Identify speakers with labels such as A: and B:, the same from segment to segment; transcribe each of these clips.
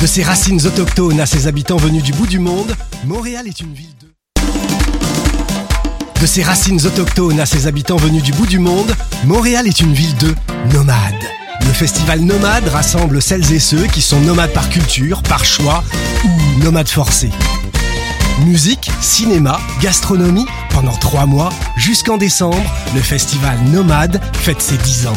A: De ses racines autochtones à ses habitants venus du bout du monde, Montréal est une ville de... De ses racines autochtones à ses habitants venus du bout du monde, Montréal est une ville de nomades. Le festival Nomade rassemble celles et ceux qui sont nomades par culture, par choix ou nomades forcés. Musique, cinéma, gastronomie, pendant trois mois, jusqu'en décembre, le festival Nomade fête ses 10 ans.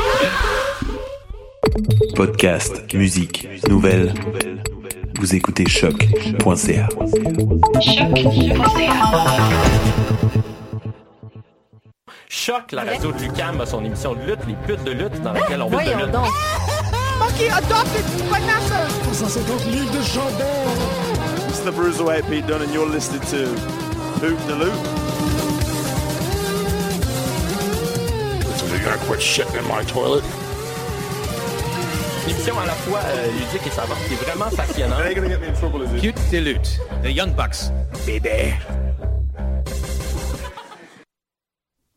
B: Podcast, musique, nouvelles. Vous écoutez choc.ca.
C: Choc, la radio de Lucam a son émission de lutte, les putes de lutte, dans laquelle on va de lutte.
D: It's the Bruiser AP Dunn, and you're listening to Hoop the Loop.
C: Une émission à la fois euh, ludique et savante, qui est vraiment passionnante.
D: They're going to get me in trouble, is it?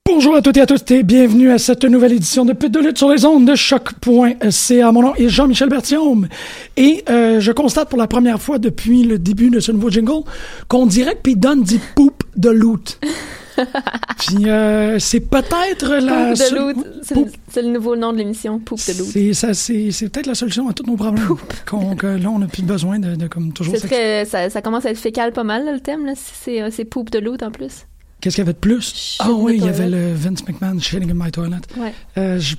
E: Bonjour à toutes et à tous et bienvenue à cette nouvelle édition de Pute de lutte sur les ondes de choc.ca. Mon nom est Jean-Michel Berthiaume et euh, je constate pour la première fois depuis le début de ce nouveau jingle qu'on dirait que Pete Dunne dit poupe de loot. Puis euh, c'est peut-être la
F: Poupe de
E: seule-
F: Loot. C'est le-
E: Poupe.
F: C'est le nouveau nom de l'émission, Poupe de Loot.
E: C'est ça, c'est c'est peut-être la solution à tous nos problèmes. Qu'on- que là on n'a plus besoin de, de, comme toujours.
F: C'est
E: sex-
F: très, ça, ça commence à être fécal pas mal, là, le thème. là. C'est- C'est euh, c'est Poupe de Loot en plus.
E: Qu'est-ce qu'il y avait de plus
F: Shit
E: Ah
F: in
E: oui,
F: the
E: il y avait
F: toilet.
E: le Vince McMahon shitting in my toilet.
F: Ouais.
E: Euh, je-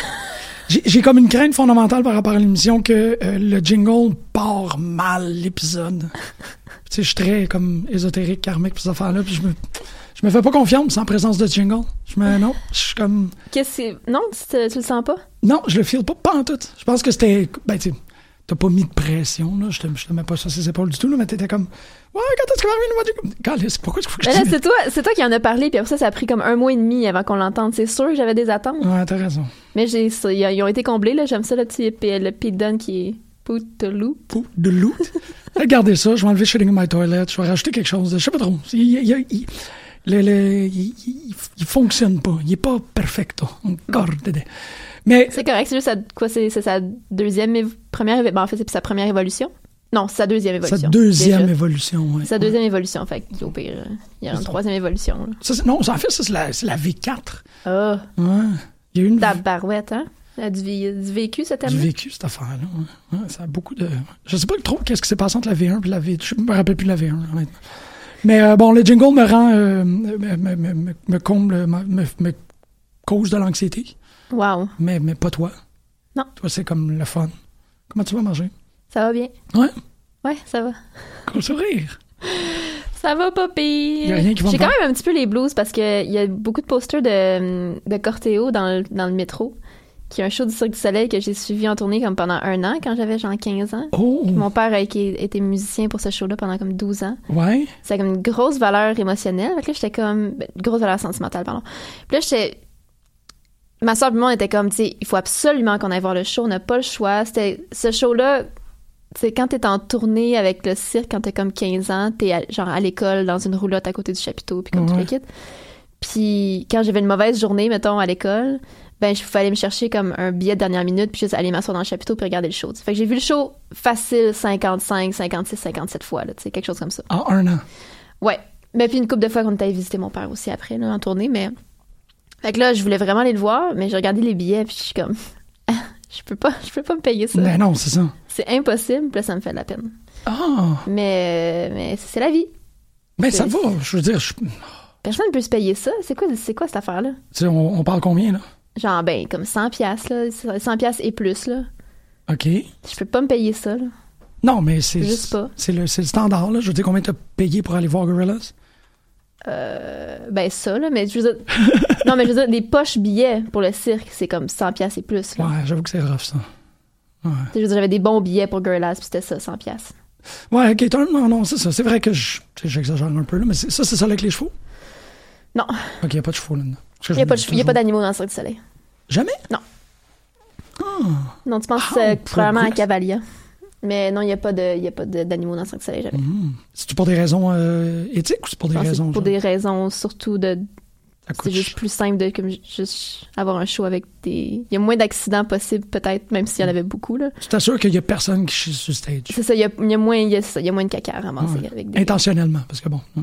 E: J'ai j'ai comme une crainte fondamentale par rapport à l'émission que euh, le jingle part mal l'épisode. tu sais, je suis très comme ésotérique, karmique, pis ces affaires-là, puis je me, je me fais pas confiance sans présence de jingle. Je me, non, je suis comme,
F: Qu'est-ce que. Non, tu, te- tu le sens pas?
E: non, je le file pas, pas en tout. Je pense que c'était, ben tu sais, t'as pas mis de pression, là, je te, je te mets pas sur ses épaules du tout, là, mais t'étais comme, ouais, quand est-ce qu'il va arriver le nouveau jingle? Calisse, pourquoi est-ce qu'il faut que
F: Mais là,
E: je dise-
F: c'est toi, c'est toi qui en a parlé, puis après ça, ça a pris comme un mois et demi avant qu'on l'entende. C'est sûr que j'avais des attentes.
E: Ouais, t'as raison.
F: Mais j'ai, ça- ils ont- ils ont été comblés, là. J'aime ça, le petit P- le Pete Dunne qui est Poupe de Loot.
E: pou- de loup. Regardez ça, je vais enlever Shitting in My Toilet, je vais rajouter quelque chose. Je sais pas trop. Il, il- il- le- le- il- il- il fonctionne pas. Il est pas hein. perfecto. Encore. Dédé. Mais
F: Mm. C'est correct, c'est juste sa- quoi, c'est c'est sa deuxième, évo- première, évo- ben, en fait, c'est sa première évolution. Non, c'est sa deuxième
E: sa
F: évolution.
E: deuxième
F: déjà.
E: évolution. ouais.
F: Sa deuxième évolution, en fait. que, Au pire, euh, il y a une troisième évolution.
E: Ça, c'est- non, en fait, ça, c'est la, c'est la V4.
F: là. Oh,
E: Ouais. Il y a eu une
F: ta barouette, hein? Elle a du, vi- du vécu, cette
E: du
F: année.
E: vécu, cette affaire-là. ouais. Ouais, ça a beaucoup de. Je sais pas trop qu'est-ce qui s'est passé entre la V1 et la V2. Je me rappelle plus de la V1, là, honnêtement. Mais euh, bon, le jingle me rend. euh, me, me- me- me- me comble. me- me- me cause de l'anxiété.
F: Wow,
E: Mais, mais pas toi.
F: Non.
E: Toi, c'est comme le fun. Comment tu vas manger?
F: ça va bien.
E: Ouais.
F: Ouais, ça va.
E: Gros sourire.
F: Ça va pas pire.
E: Y a rien qui va me
F: J'ai quand
E: faire-
F: même un petit peu les blues parce qu'il y a beaucoup de posters de, de Corteo dans le, dans le métro, qui est un show du Cirque du Soleil que j'ai suivi en tournée comme pendant un an quand j'avais genre 15 ans.
E: Oh!
F: Mon père a été, était musicien pour ce show-là pendant comme 12 ans.
E: Ouais.
F: Ça a comme une grosse valeur émotionnelle. Fait que là, j'étais comme. ben, Grosse valeur sentimentale, pardon. Puis là, j'étais. Ma soeur et moi, on était comme, tu sais, il faut absolument qu'on aille voir le show, on n'a pas le choix. C'était ce show-là. C'est quand t'es en tournée avec le cirque, quand t'as comme 15 ans, t'es à- genre à l'école dans une roulotte à côté du chapiteau, puis comme tout le
G: Ouais.
F: kit. Puis quand j'avais une mauvaise journée, mettons, à l'école, ben, il fallait me chercher comme un billet de dernière minute, puis juste aller m'asseoir dans le chapiteau, puis regarder le show. tu sais. Fait que j'ai vu le show facile 55, 56, 57 fois, là, tu sais, quelque chose comme ça.
E: En Ah, un an.
F: Ouais. Mais puis une couple de fois qu'on était allé visiter mon père aussi après, là, en tournée, mais. Fait que là, je voulais vraiment aller le voir, mais j'ai regardé les billets, puis je suis comme. je peux pas, je peux pas me payer ça.
E: Ben non, c'est ça.
F: C'est impossible, puis là, ça me fait de la peine.
E: Ah!
F: Mais, mais c'est la vie.
E: Mais
F: C'est-
E: ça va, je veux dire, je- tu
F: Personne ne peut se payer ça. C'est quoi, c'est quoi cette affaire-là?
E: sais, on, on parle combien, là?
F: Genre, ben, comme 100 piastres, là. 100 piastres et plus, là.
E: OK.
F: Je peux pas me payer ça, là.
E: Non, mais c'est
F: Juste pas.
E: c'est le, c'est le standard, là. Je veux dire, combien t'as payé pour aller voir Gorillaz?
F: Euh, ben, ça, là. Mais je veux dire. non, mais je veux dire, des poches billets pour le cirque, c'est comme 100 piastres et plus, là.
E: Ouais, j'avoue que c'est rough, ça. Ouais.
F: Tu sais, Je veux dire, j'avais des bons billets pour Gorillaz, puis c'était ça, 100 piastres.
E: Ouais, OK, t'as- non, non, c'est ça. C'est vrai que je- tu sais, j'exagère un peu, là, mais c'est- ça, c'est ça avec les chevaux?
F: Non.
E: OK, y a pas de chevaux, là.
F: Il n'y a pas, de chevaux- il y a pas d'animaux dans le Cirque du Soleil.
E: Jamais?
F: Non.
E: Ah.
F: Non, tu penses euh, probablement à
E: progress.
F: Cavalia. Mais non, il n'y a pas de- il y a pas de- d'animaux dans le Cirque du Soleil, jamais.
E: Hmm. C'est-tu pour des raisons euh, éthiques ou c'est pour des
F: Je pense que c'est
E: raisons...
F: pour
E: genre?
F: des raisons surtout de... C'est juste plus simple de comme, juste avoir un show avec des... Il y a moins d'accidents possibles, peut-être, même s'il y en
E: Mhm.
F: avait beaucoup, là.
E: Tu t'assures qu'il y a personne qui chie sur le stage?
F: C'est ça, il y a, il y a moins, il y a ça, il y a moins de caca à ramasser
E: Ouais.
F: avec des...
E: Intentionnellement, parce que bon... hein.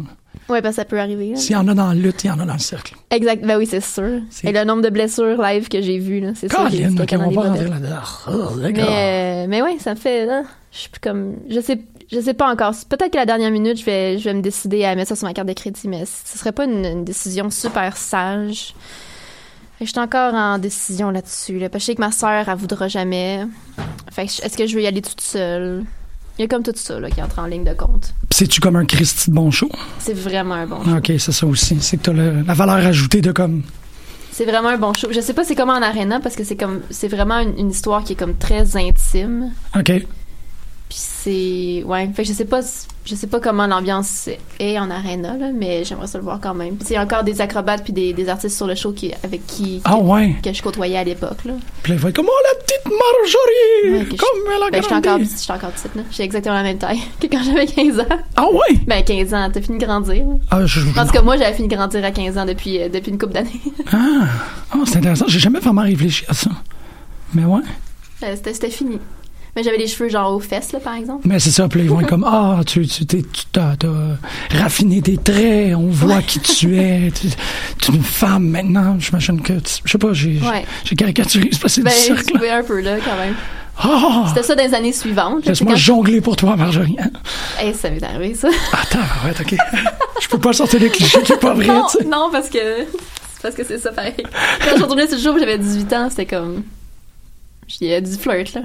F: Ouais, parce que ça peut arriver. là.
E: S'il y en a dans la lutte, il y en a dans le cercle.
F: Exact, ben oui, c'est sûr.
E: C'est-
F: Et le nombre de blessures live que j'ai vues, là, c'est sûr. j'ai
E: Colin,
F: dit
E: ok,
F: caca dans
E: on
F: les
E: va
F: bobettes.
E: rentrer là-dedans. Ah, d'accord.
F: Mais, euh, mais ouais, ça me fait. hein, je suis plus comme. Je sais, je sais pas encore. Peut-être que la dernière minute, je vais, je vais me décider à mettre ça sur ma carte de crédit, mais c- ce serait pas une, une décision super sage. Fait que Je suis encore en décision là-dessus. Là, parce que je sais que ma sœur, elle voudra jamais. Fait que je- est-ce que je veux y aller toute seule? Il y a comme tout ça là, qui entre en ligne de compte.
E: Pis C'est-tu comme un Christy de bon show?
F: C'est vraiment un bon show.
E: OK, c'est ça aussi. C'est que t'as le- la valeur ajoutée de comme...
F: C'est vraiment un bon show. Je sais pas c'est comment en arena parce que c'est comme c'est vraiment une- une histoire qui est comme très intime.
E: OK.
F: Puis c'est ouais, fait que je sais pas je sais pas comment l'ambiance est en arena là, mais j'aimerais ça le voir quand même. Puis il y a encore des acrobates puis des, des artistes sur le show qui avec qui
E: Ah ouais.
F: que je côtoyais à l'époque là.
E: Puis là, il va être comme oh, la petite Marjorie!
F: que je-
E: comme elle a
F: Ben, j'étais
E: grandi.
F: encore petite, j'étais encore petite là. J'ai exactement la même taille que quand j'avais 15 ans.
E: Ah ouais.
F: Ben 15 ans, t'as fini de grandir. là.
E: Ah, je-
F: En tout cas, moi j'avais fini de grandir à 15 ans depuis euh, depuis une couple d'années.
E: Ah, Ah, c'est intéressant. J'ai jamais vraiment réfléchi à ça. Mais ouais.
F: Euh, C'était c'était fini. Mais j'avais les cheveux genre aux fesses là par exemple.
E: Mais c'est ça, puis là, ils vont être comme Ah, tu, tu, t'es- tu t'as, t'as raffiné tes traits, on voit qui tu es. Tu, tu es une femme maintenant. J'imagine que. tu- je sais pas, j'ai, j'ai-
F: Ouais.
E: j'ai caricaturé ce passé
F: Ben,
E: du cercle.
F: je pouvais un peu là quand même.
E: Ah!
F: C'était ça dans les années suivantes. là.
E: Laisse-moi
F: Quand-
E: jongler pour toi, Marjorie. Hein?
F: Hey, ça m'est arrivé ça.
E: Attends, ouais, ok. je peux pas sortir des clichés, c'est pas vrai,
F: non,
E: tu sais.
F: non, parce que c'est parce que c'est ça pareil. Quand je suis retournée sur le show, j'avais 18 ans, c'était comme j'y ai du flirt là.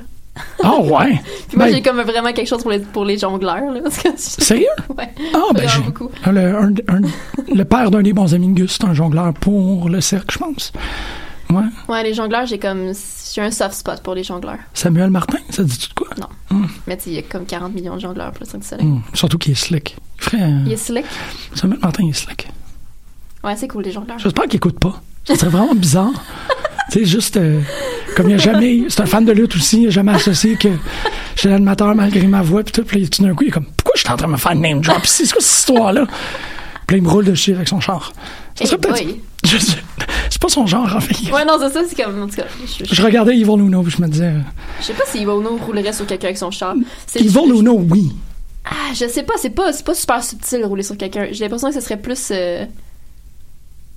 E: Ah, ouais.
F: Puis moi
E: Ben,
F: j'ai comme vraiment quelque chose pour les pour les jongleurs là parce que
E: Sérieux?
F: ouais.
E: Ah, ben,
F: Vraiment
E: j'ai-
F: beaucoup.
E: le, un- un- le père d'un des bons amis de Gus, c'est un jongleur pour le cercle, je pense. Ouais.
F: Ouais, les jongleurs, j'ai comme j'ai un soft spot pour les jongleurs.
E: Samuel Martin, ça dit tout de quoi?
F: Non.
E: Hmm.
F: Mais tu sais, il y a comme 40 millions de jongleurs pour le Cirque du Soleil.
E: Hmm. Surtout qu'il est slick. Il ferait, euh,
F: Il est slick.
E: Samuel Martin, il est slick.
F: Ouais, c'est cool les jongleurs.
E: J'espère qu'il écoute pas. Ça serait vraiment bizarre. tu sais, juste euh, comme il a jamais. C'est un fan de lutte aussi, il a jamais associé que j'étais l'animateur malgré ma voix, puis tout. Puis là, tout d'un coup, il est comme Pourquoi je suis en train de me faire name drop ici? C'est quoi cette histoire-là? Puis là, il me roule dessus avec son char. Ça serait
F: Hey
E: peut-être.
F: boy.
E: Je- je- C'est pas son genre, en fait.
F: Ouais, non, c'est ça, c'est comme en tout cas, je, je-
E: Je regardais Yvon Luno, puis je me disais. euh,
F: je sais pas si Ivo Ono roulerait sur quelqu'un avec son char. C'est-
E: Yvon Luno, oui.
F: Ah, je sais pas, c'est pas, c'est pas super subtil de rouler sur quelqu'un. J'ai l'impression que ce serait plus. euh,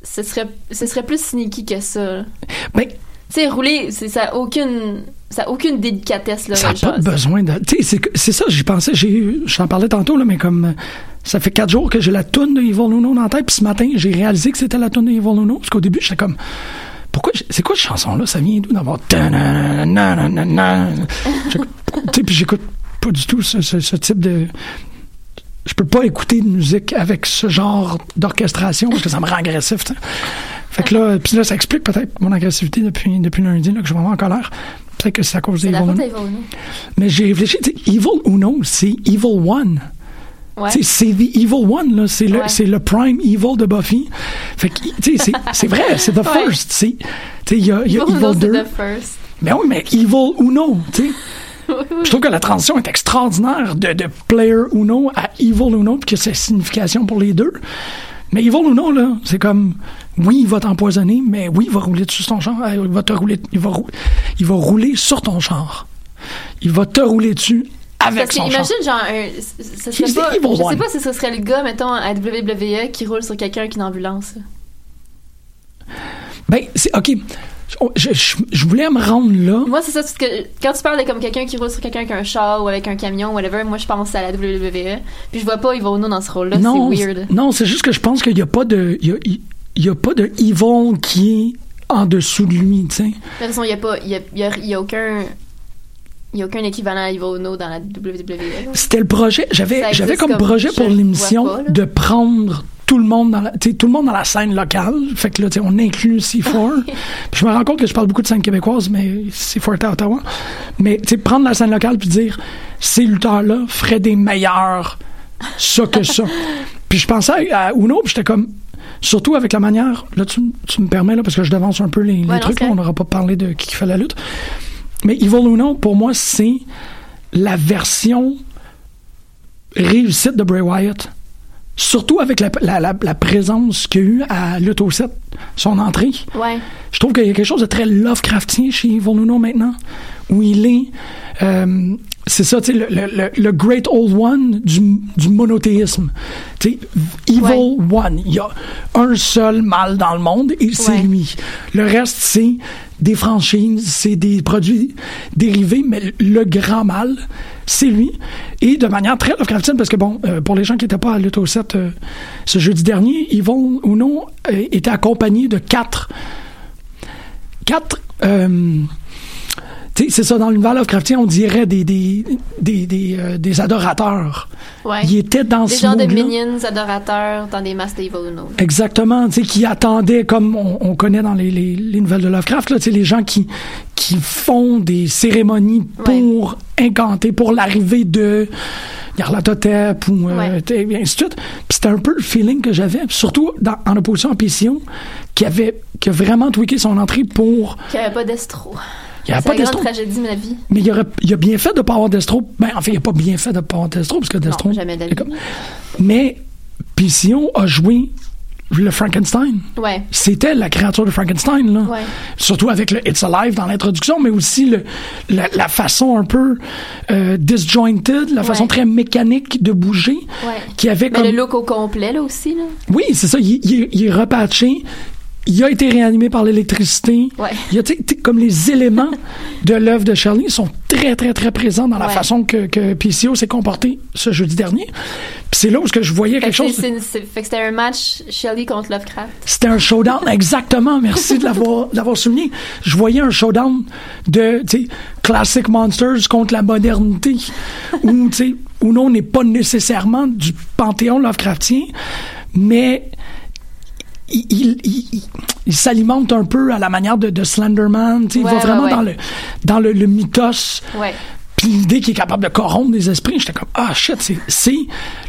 F: ce, serait, ce serait plus sneaky que ça.
E: Ben-
F: Tu sais, rouler, c'est- ça a aucune. Ça a aucune délicatesse, là.
E: Ça n'a
F: genre,
E: pas besoin de. Tu sais, c'est que- c'est ça, j'y pensais, j'ai eu- j'en parlais tantôt, là, mais comme. euh, Ça fait quatre jours que j'ai la toune de Yvon Luno dans la tête, puis ce matin, j'ai réalisé que c'était la toune de Yvon Luno, parce qu'au début, j'étais comme. Pourquoi. j'ai- C'est quoi cette chanson-là Ça vient d'où d'avoir. Tananananana? J'écoute- Tu sais, puis j'écoute pas du tout ce, ce- ce type de. je peux pas écouter de musique avec ce genre d'orchestration parce que ça me rend agressif. t'sais. Fait que là, puis là, ça explique peut-être mon agressivité depuis, depuis lundi, là, que je suis vraiment en colère. Peut-être que c'est à cause des
F: C'est la
E: Evil
F: faute à
E: Uno.
F: Evil Uno.
E: Mais j'ai réfléchi, t'sais, Evil Uno, c'est Evil One.
F: Ouais.
E: T'sais, C'est The Evil One, là. C'est le,
F: Ouais.
E: c'est le Prime Evil de Buffy. Fait que, tu sais, c'est- c'est vrai, c'est The
F: Ouais.
E: First, tu sais. Tu sais, il y a, il y a
F: Evil Uno,
E: Evil
F: c'est
E: 2.
F: The First.
E: Mais Ben oui, mais Evil Uno, tu sais. Je trouve que la transition est extraordinaire de, de Player Uno à Evil Uno, puis que c'est signification pour les deux. Mais Evil Uno, là, c'est comme, oui, il va t'empoisonner, mais oui, il va rouler dessus ton char. euh, Il va te rouler, il va, rou- il va rouler sur ton char. Il va te rouler dessus avec
F: Parce que
E: son char.
F: imagine, genre, un, ce- ce serait
E: He's the
F: pas,
E: evil
F: je sais
E: one.
F: pas si ce serait le gars, mettons, à WWE qui roule sur quelqu'un avec une ambulance.
E: Ben, c'est, ok. Je, je- je voulais me rendre là.
F: Moi, c'est ça, parce que quand tu parles de comme quelqu'un qui roule sur quelqu'un avec un char ou avec un camion, whatever, moi, je pense à la WWE. Puis je vois pas Evil Uno dans ce rôle-là,
E: non,
F: c'est weird.
E: c'est- non, c'est juste que je pense qu'il n'y a pas de, il y a, il- il y a pas de evil qui est en dessous de lui, tu sais.
F: De toute façon, il n'y a pas. Il y a, y a- y a aucun. Y a aucun équivalent à Evil Uno dans la E, WWE.
E: C'était le projet.
F: Ça
E: J'avais,
F: existe
E: j'avais comme
F: comme-
E: projet
F: je
E: pour
F: le vois
E: l'émission
F: pas, là.
E: de prendre tout le monde dans la, tu sais, tout le monde dans la scène locale. Fait que là, tu sais, on inclut C4. Puis je me rends compte que je parle beaucoup de scène québécoise, mais C4 est à Ottawa. Mais tu sais, prendre la scène locale puis dire ces lutteurs-là feraient des meilleurs ça que ça. puis je pensais à à Uno, puis j'étais comme surtout avec la manière. Là, tu, m- tu me permets là parce que je devance un peu les, les
F: non,
E: trucs.
F: c'est
E: là, on
F: correct.
E: n'aura pas parlé de qui fait la lutte. Mais Evil Uno, pour moi, c'est la version réussite de Bray Wyatt. Surtout avec la, la- la- la présence qu'il y a eu à Lutte au 7, son entrée.
F: Ouais.
E: Je trouve qu'il y a quelque chose de très Lovecraftien chez Evil Uno maintenant, où il est. euh, c'est ça, tu sais, le, le- le- le Great Old One du, du monothéisme. Tu sais, Evil One. Il y a un seul mal dans le monde et c'est
F: Ouais.
E: lui. Le reste, c'est des franchises, c'est des produits dérivés, mais le grand mal, c'est lui. Et de manière très Lovecraftienne, parce que bon, euh, pour les gens qui n'étaient pas à Lutte au 7 euh, ce jeudi dernier, Yvon Uno euh, était accompagné de quatre quatre. euh, tu sais, c'est ça, dans l'univers Lovecraftien, on dirait des, des, des, des, euh, des adorateurs.
F: Ouais.
E: Il était dans
F: Des
E: ce
F: genres de
E: mood-là.
F: minions adorateurs dans des masques d'Evil Uno.
E: Exactement, tu sais, qui attendaient, comme on, on connaît dans les, les, les nouvelles de Lovecraft, là, tu sais, les gens qui, qui font des cérémonies pour incanter, pour l'arrivée de Yarlatotep ou euh, tu sais, et ainsi de suite. Puis c'était un peu le feeling que j'avais, surtout dans- en opposition à PCO, qui avait qui a vraiment tweaké son entrée pour
F: Qu'il n'y avait pas d'estro.
E: Il y avait
F: C'est
E: pas
F: la grande
E: d'estro.
F: tragédie de ma vie.
E: Mais il, aurait, il a bien fait de ne pas avoir Destro. Ben, en fait, il n'a pas bien fait de ne pas avoir Destro, parce que Destro.
F: Non, jamais de la vie.
E: Mais Pision a joué le Frankenstein.
F: Ouais.
E: C'était la créature de Frankenstein, là.
F: Ouais.
E: Surtout avec le It's Alive dans l'introduction, mais aussi le, la, la façon un peu euh, disjointed, la façon
F: Ouais.
E: très mécanique de bouger,
F: Ouais.
E: qui avait
F: Mais
E: comme.
F: le look au complet, là aussi, là.
E: Oui, c'est ça. Il, il- il est repatché. Il a été réanimé par l'électricité.
F: Ouais.
E: Il y a, tu sais, tu sais, comme les éléments de l'œuvre de Charlie sont très, très, très présents dans la
F: Ouais.
E: façon que, que PCO s'est comporté ce jeudi dernier. Puis c'est là où ce que je voyais
F: Fait
E: quelque
F: que c'est-
E: chose.
F: c'est- c'est- fait que c'était un match Shelley contre Lovecraft.
E: C'était un showdown, exactement. Merci de l'avoir, de l'avoir souligné. Je voyais un showdown de, tu sais, Classic Monsters contre la modernité, où, tu sais, où non, on n'est pas nécessairement du panthéon Lovecraftien, mais il, il, il- il- il s'alimente un peu à la manière de, de Slenderman. tu sais,
F: Ouais,
E: il va
F: ouais,
E: vraiment
F: ouais.
E: dans le, dans le, le mythos.
F: Ouais.
E: Puis l'idée qu'il est capable de corrompre des esprits, j'étais comme ah shit, c'est c'est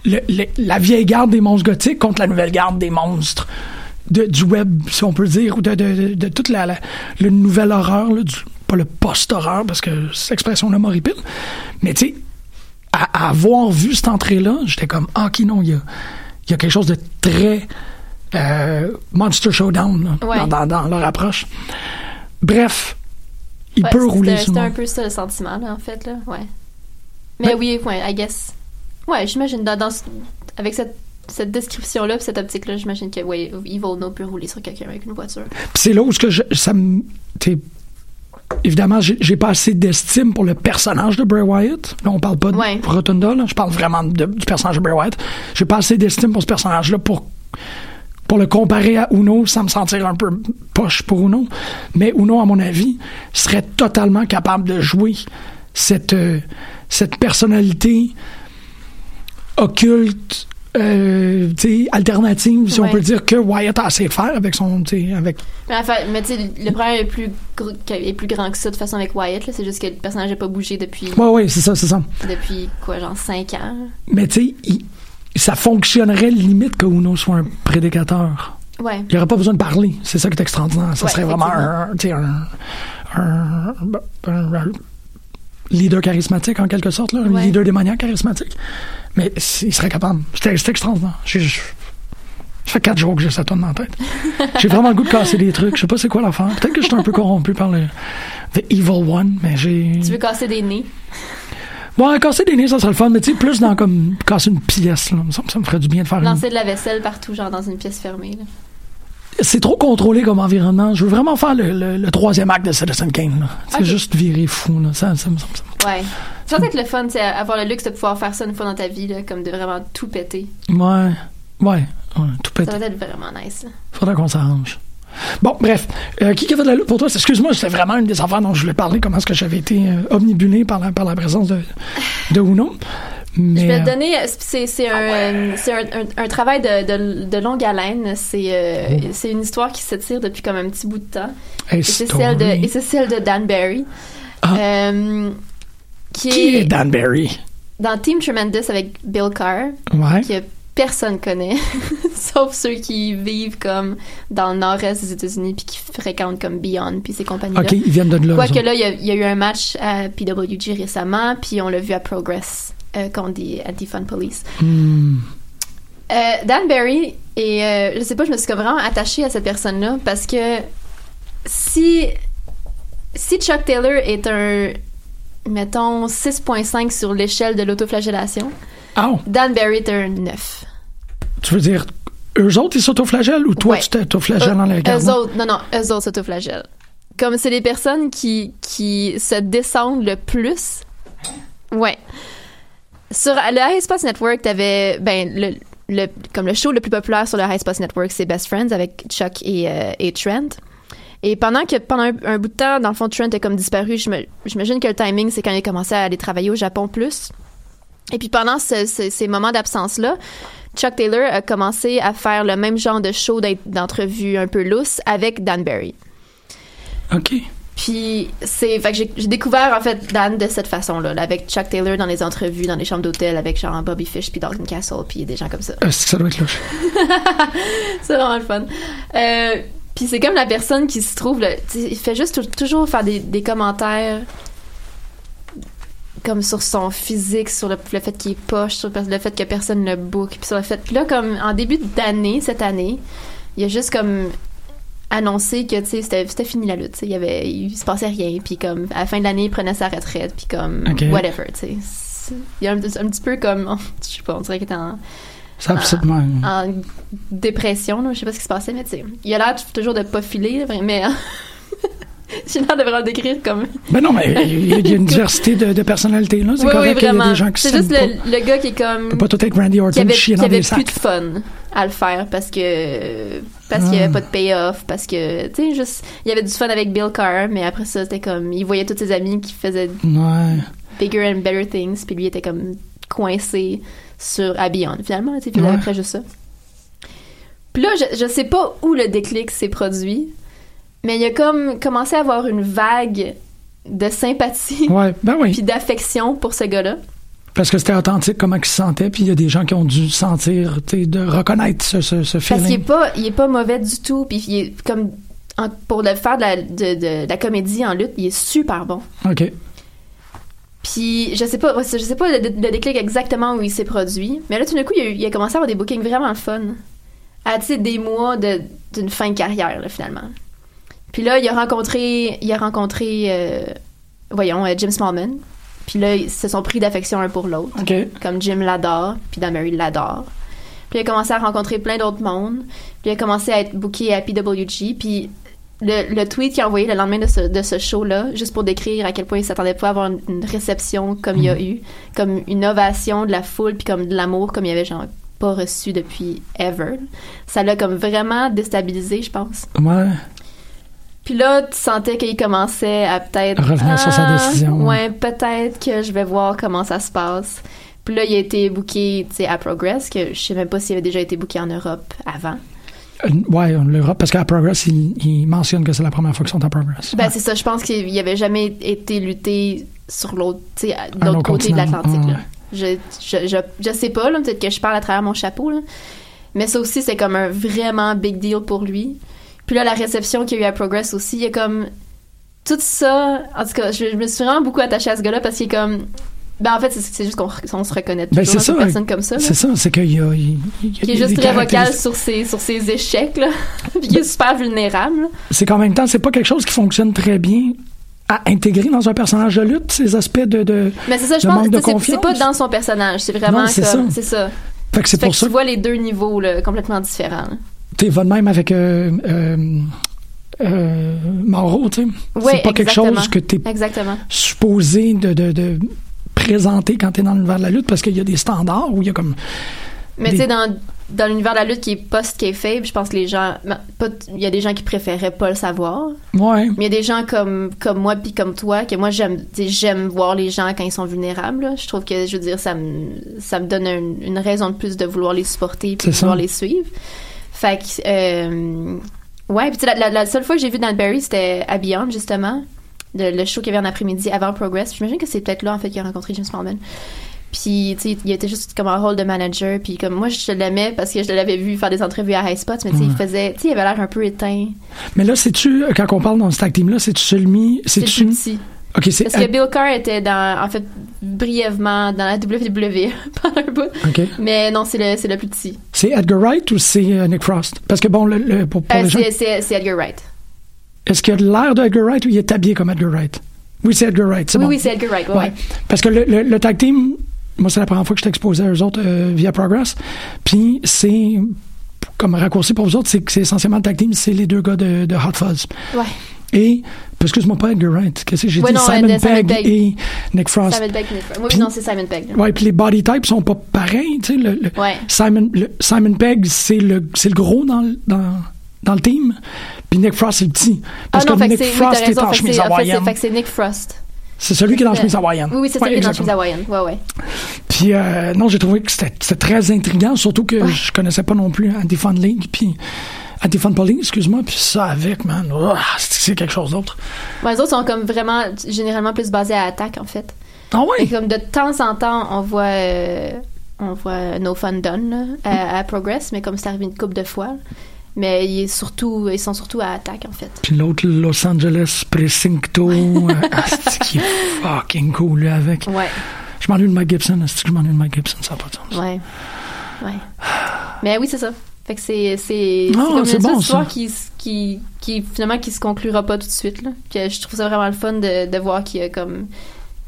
E: le- le- la vieille garde des monstres gothiques contre la nouvelle garde des monstres de, du web, si on peut dire, ou de, de, de, de toute la, la- le nouvelle horreur, là, du- pas le post-horreur parce que cette expression-là m'horripile, mais tu sais, à, à avoir vu cette entrée-là, j'étais comme ah ok non, il y a, il y a quelque chose de très euh, Monster Showdown là,
F: Ouais.
E: dans, dans- dans leur approche. Bref, il
F: Ouais,
E: peut
F: c'était-
E: rouler sur
F: C'était
E: moi. Ben-
F: un peu ça le sentiment, là, en fait, là. Ouais. Mais oui, ouais, I guess. Ouais, j'imagine, dans, dans ce- avec cette, cette description-là, pis cette optique-là, j'imagine que, ouais, Evil No peut rouler sur quelqu'un avec une voiture.
E: Puis c'est là où ce que je- ça me. t'sais, Évidemment, j'ai j'ai pas assez d'estime pour le personnage de Bray Wyatt. Là, on parle pas de
F: Ouais.
E: Rotunda, là. je parle vraiment de- du personnage de Bray Wyatt. J'ai pas assez d'estime pour ce personnage-là pour, pour le comparer à Uno sans me sentir un peu poche pour Uno. Mais Uno, à mon avis, serait totalement capable de jouer cette, euh, cette personnalité occulte, euh, tu sais, alternative, si
F: Ouais.
E: on peut dire, que Wyatt a essayé de faire avec son. tu sais, Avec...
F: Mais, enfin, mais tu sais, le problème est plus, gr- que- est plus grand que ça de toute façon avec Wyatt. là. C'est juste que le personnage n'a pas bougé depuis.
E: Ouais, ouais, c'est ça, c'est ça.
F: Depuis quoi, genre 5 ans?
E: Mais tu sais, il- ça fonctionnerait limite que Uno soit un prédicateur.
F: Ouais.
E: Il n'y aurait pas besoin de parler. C'est ça qui est extraordinaire. Ça
F: Ouais,
E: serait vraiment un, tu sais, un- un- un- un leader charismatique, en quelque sorte, là, un
F: Ouais.
E: leader démoniaque charismatique. Mais c- il serait capable. C'était c'était extraordinaire. J'ai- je- ça fait quatre jours que j'ai ça tourne dans la tête. J'ai vraiment le goût de casser des trucs. Je sais pas c'est quoi l'affaire. Peut-être que je suis un peu corrompu par le The Evil One, mais j'ai.
F: Tu veux casser des nez?
E: Bon, casser des nez, ça serait le fun, mais tu sais, plus dans comme casser une pièce, là. Ça, me- ça me ferait du bien de faire une
F: Lancer de la vaisselle partout, genre dans une pièce fermée. là.
E: c'est trop contrôlé comme environnement. Je veux vraiment faire le, le- le troisième acte de Citizen Kane. là. C'est
F: Ok.
E: juste virer fou. Là. Ça, ça me semble. ça
F: Ouais. Ça doit être le fun, c'est avoir le luxe de pouvoir faire ça une fois dans ta vie, là, comme de vraiment tout péter.
E: me- Ouais. Ouais. ouais, Tout
F: Ça
E: pété.
F: doit être vraiment nice. là.
E: Faudrait qu'on s'arrange. Bon, bref. Euh, qui qui a fait de la lutte pour toi? Excuse-moi, c'était vraiment une des affaires dont je voulais parler, comment est-ce que j'avais été euh, omnibulé par la, par la présence de, de Uno. Mais,
F: Je vais te
E: euh,
F: donner, c'est c'est un, euh, c'est un, un- un travail de, de- de longue haleine. C'est euh,
E: Oh.
F: c'est une histoire qui s'étire depuis comme un petit bout de temps.
E: Hey,
F: Et c'est
E: story. Ah.
F: celle de et c'est celle de Dan Barry, Euh, qui,
E: qui
F: est
E: est Dan Barry?
F: dans Team Tremendous avec Bill Carr,
E: Ouais.
F: que personne connaît, sauf ceux qui vivent comme dans le nord-est des États-Unis puis qui fréquentent comme Beyond puis ces compagnies-là.
E: Ok, ils viennent de là.
F: Quoique
E: eux
F: là, il y, a- il y a eu un match à PWG récemment, puis on l'a vu à Progress euh, contre des Anti-Fun Police.
E: autres. Hmm.
F: Euh, Dan Barry, et euh, je sais pas, je me suis comme vraiment attachée à cette personne-là parce que si, si Chuck Taylor est un, mettons, 6.5 sur l'échelle de l'autoflagellation,
E: Ah,
F: Dan Barry est un 9.
E: tu veux dire, eux autres, ils s'autoflagellent ou toi,
F: Ouais. Euh,
E: tu t'autoflagelles en les
F: Eux
E: regardant?
F: autres, non, non, eux autres s'autoflagellent. Comme c'est les personnes qui, qui se descendent le plus. Ouais. Sur le High Spots Network, t'avais, ben, le, le- comme le show le plus populaire sur le High Spots Network, c'est Best Friends avec Chuck et, euh, et Trent. Et pendant que pendant un, un bout de temps, dans le fond, Trent a comme disparu, j'me- j'imagine que le timing, c'est quand il a commencé à aller travailler au Japon plus. Et puis pendant ce- ce- ces moments d'absence-là, Chuck Taylor a commencé à faire le même genre de show d'in- d'entrevue un peu lousse avec Dan Barry.
E: OK.
F: Puis c'est, fait que j'ai j'ai découvert en fait Dan de cette façon-là, là, avec Chuck Taylor dans les entrevues, dans les chambres d'hôtel, avec genre Bobby Fish puis Dalton Castle puis des gens comme ça.
E: Euh, ça doit être louche.
F: c'est vraiment le fun. Euh, puis c'est comme la personne qui se trouve, là, tu sais, il fait juste tou- toujours faire des, des commentaires comme sur son physique, sur le, le fait qu'il est poche, sur le fait que personne le book, puis sur le fait puis là comme en début d'année cette année, il a juste comme annoncé que tu sais c'était c'était fini la lutte, tu sais, il y avait il se passait rien, puis comme à la fin de l'année il prenait sa retraite, puis comme
E: Ok.
F: whatever, tu sais. C'est- Il y a un, un petit peu comme je sais pas, on dirait qu'il est en Ah.
E: Ça, absolument.
F: en dépression, là, je sais pas ce qui se passait, mais tu sais, il a l'air t- toujours de pas filer, là, mais j'ai l'air de vraiment le décrire comme.
E: Ben non, mais il y a- il y a une diversité de, de personnalités, là. C'est
F: Oui, oui,
E: correct qu'il y a
F: vraiment.
E: des gens qui
F: C'est
E: s'aiment
F: juste
E: pas.
F: le, le gars qui est
E: On peut
F: comme.
E: pas tout être Randy
F: qui
E: Orton
F: avait,
E: chier
F: qui
E: dans
F: avait
E: des
F: plus
E: sacs.
F: de fun à le faire parce que parce qu'il y
E: Ah.
F: avait pas de payoff parce que tu sais juste il y avait du fun avec Bill Carr mais après ça c'était comme il voyait tous ses amis qui faisaient
E: Ouais.
F: bigger and better things puis lui était comme coincé sur à Beyond finalement tu sais, puis il
E: Ouais.
F: avait après juste ça puis là je, je sais pas où le déclic s'est produit mais il a comme commencé à avoir une vague de sympathie
E: Ouais, ben oui.
F: puis d'affection pour ce gars-là
E: Parce que c'était authentique comment ils se sentaient, puis il y a des gens qui ont dû sentir, tu sais, de reconnaître ce, ce, ce
F: Parce qu'il est
E: feeling.
F: pas, il est pas mauvais du tout. Puis il est comme en- pour le faire de la, de- de- de la comédie en lutte, il est super bon.
E: OK.
F: Puis je sais pas, je sais pas le, le déclic exactement où il s'est produit, mais là tout d'un coup il a, eu- il a commencé à avoir des bookings vraiment le fun. À tu sais, des mois de- d'une fin de carrière là, finalement. Puis là il a rencontré, il a rencontré, euh, voyons, euh, Jim Smallman. Puis là ils se sont pris d'affection un pour l'autre.
E: OK.
F: Comme Jim l'adore, puis Dan Murray l'adore. Puis il a commencé à rencontrer plein d'autres mondes. Puis il a commencé à être booké à PWG. Puis le, le tweet qu'il a envoyé le lendemain de ce, de ce show-là, juste pour décrire à quel point il s'attendait pas à avoir une, une réception comme il y a eu, comme une ovation de la foule, puis comme de l'amour comme il y avait genre pas reçu depuis ever. Ça l'a comme vraiment déstabilisé, je pense.
E: Ouais.
F: Puis là, tu sentais qu'il commençait à peut-être Ah,
E: Revenir sur sa décision,
F: Ouais,
E: ouais.
F: peut-être que je vais voir comment ça se passe. Puis là, il a été booké tu sais, à Progress, que je sais même pas s'il avait déjà été booké en Europe avant.
E: Euh, ouais, l'Europe, parce qu'à Progress, ils il mentionnent que c'est la première fois qu'ils sont à Progress.
F: Ben, c'est ça. Je pense qu'il avait jamais été lutté sur l'autre, tu sais, à- de
E: Un
F: l'autre
E: autre
F: côté de
E: Ah, continent, Mm.
F: l'Atlantique.
E: ouais.
F: là. Je, je, je, je sais pas, là, peut-être que je parle à travers mon chapeau, là. mais ça aussi, c'est comme un vraiment big deal pour lui. Puis là, la réception qu'il y a eu à Progress aussi, il y a comme tout ça. En tout cas, je, je me suis vraiment beaucoup attachée à ce gars-là parce qu'il est comme. Ben, en fait, c'est, c'est juste qu'on re- on se reconnaît
E: Ben,
F: toujours
E: c'est ça.
F: là, des personnes comme ça. là.
E: C'est ça, c'est qu'il y a. il- il y a
F: Qui est
E: des-
F: juste
E: des
F: très vocal
E: caractéristiques.
F: sur ses, sur ses échecs, là. Puis qui est super vulnérable. là.
E: c'est qu'en même temps, c'est pas quelque chose qui fonctionne très bien à intégrer dans un personnage de lutte, ces aspects de, de,
F: Mais c'est ça, je
E: de
F: pense
E: manque
F: que
E: de
F: c'est- c'est
E: confiance.
F: pas dans son personnage. C'est vraiment
E: Non, c'est
F: comme.
E: ça.
F: C'est ça.
E: Fait que c'est
F: Fait
E: pour
F: que
E: ça
F: tu vois les deux niveaux là, complètement différents. là.
E: que tu vas de même avec euh, euh, euh, Mauro, tu sais.
F: Ouais,
E: c'est pas quelque
F: exactement.
E: chose que tu es
F: Exactement.
E: supposé de, de, de présenter quand tu es dans l'univers de la lutte parce qu'il y a des standards où il y a comme.
F: Mais
E: des-
F: tu sais, dans, dans l'univers de la lutte qui est post qui est faible, je pense que les gens. ben, pas t- Il y a des gens qui préféraient pas le savoir.
E: Ouais.
F: Mais il y a des gens comme, comme moi puis comme toi, que moi j'aime tu sais, j'aime voir les gens quand ils sont vulnérables. là. Je trouve que, je veux dire, ça me, ça me donne un- une raison de plus de vouloir les supporter puis
G: C'est
F: de vouloir
G: ça.
F: les suivre. Fait que. euh, ouais, puis tu sais, la, la- la seule fois que j'ai vu Dan Barry, c'était à Beyond, justement. de- le show qu'il y avait en après-midi avant Progress. J'imagine que c'est peut-être là, en fait, qu'il a rencontré James Smallman. Puis, tu sais, il était juste comme un rôle de manager. Puis, comme moi, je l'aimais parce que je l'avais vu faire des entrevues à High Spots, mais tu sais, il
E: Ouais.
F: faisait. Tu sais, il avait l'air un peu éteint.
E: Mais là, c'est-tu, euh, quand on parle dans ce tag team-là, c'est-tu celui.
F: C'est
E: C'est-tu.
F: plus petit.
E: Ok, c'est.
F: Parce que Bill Carr était dans, en fait, brièvement dans la WWE pendant un bout.
E: Ok.
F: Mais non, c'est le, c'est le plus petit.
E: C'est Edgar Wright ou c'est euh, Nick Frost? Parce que bon, le, le- pour, pour
F: Euh,
E: les gens-
F: c'est, c'est, c'est Edgar Wright.
E: Est-ce qu'il a de l'air de Edgar Wright ou il est habillé comme Edgar Wright? Oui, c'est Edgar Wright.
F: Oui,
E: bon.
F: oui, c'est Edgar Wright. ouais,
E: Ouais.
F: ouais.
E: Parce que le, le- le tag team, moi, c'est la première fois que je t'exposais exposé à eux autres euh, via Progress. Puis c'est, comme raccourci pour vous autres, c'est que c'est essentiellement le tag team, c'est les deux gars de, de Hot Fuzz.
F: Ouais.
E: Et, excuse-moi pas Edgar Wright, qu'est-ce que j'ai
F: Ouais,
E: dit?
F: non,
E: Simon,
F: euh, de- Simon
E: Pegg
F: Pegg.
E: et Nick Frost.
F: Simon Pegg. Nick Frost. Oui,
E: Ah, Puis-
F: non, c'est Simon Pegg. là. Ah,
E: Ouais, puis les body types sont pas pareils, tu sais, le- le-
F: Ouais.
E: Simon, le- Simon Pegg, c'est le, c'est le gros dans, le- dans, dans le team, puis Nick Frost, c'est le petit. Parce
F: ah non,
E: que
F: fait
E: Nick
F: que c'est, oui,
E: Frost
F: t'as
E: est
F: raison,
E: en
F: fait que
E: chemise
F: c'est- en fait, c'est,
E: hawaïenne.
F: fait que c'est Nick Frost.
E: C'est celui qui est dans la chemise
F: Euh,
E: hawaïenne.
F: Oui, oui, c'est
E: Ouais,
F: celui qui est dans
E: exactement.
F: la chemise hawaïenne. Ouais, ouais.
E: Puis, euh, non, j'ai trouvé que c'était c'était très intriguant, surtout que je connaissais pas non plus Anti-Fun League, puis Anti-Fun Police, excuse-moi, puis ça avec, man, ouah, c'est c'est quelque chose d'autre.
F: Ouais, les autres sont comme vraiment, généralement plus basés à attaque, en fait.
E: Ah ouais?
F: Et comme de temps en temps, on voit, euh, on voit No Fun Done là, à, à Progress, mais comme c'est arrivé une couple de fois. Mais il est surtout, ils sont surtout à attaque, en fait.
E: Puis l'autre, Los Angeles Precinto, euh, asti qui est fucking cool, lui, avec.
F: Ouais.
E: Je m'ennuie de Mike Gibson, asti que je m'ennuie de Mike Gibson, ça n'a pas de sens.
F: Ouais. Ouais. Mais oui, c'est ça. Fait que c'est c'est c'est
E: Ah,
F: comme une
E: c'est
F: espèce
E: bon,
F: d'histoire
E: ça.
F: qui, s- qui qui finalement qui se conclura pas tout de suite là. Puis euh, je trouve ça vraiment le fun de, de voir qu'il y a comme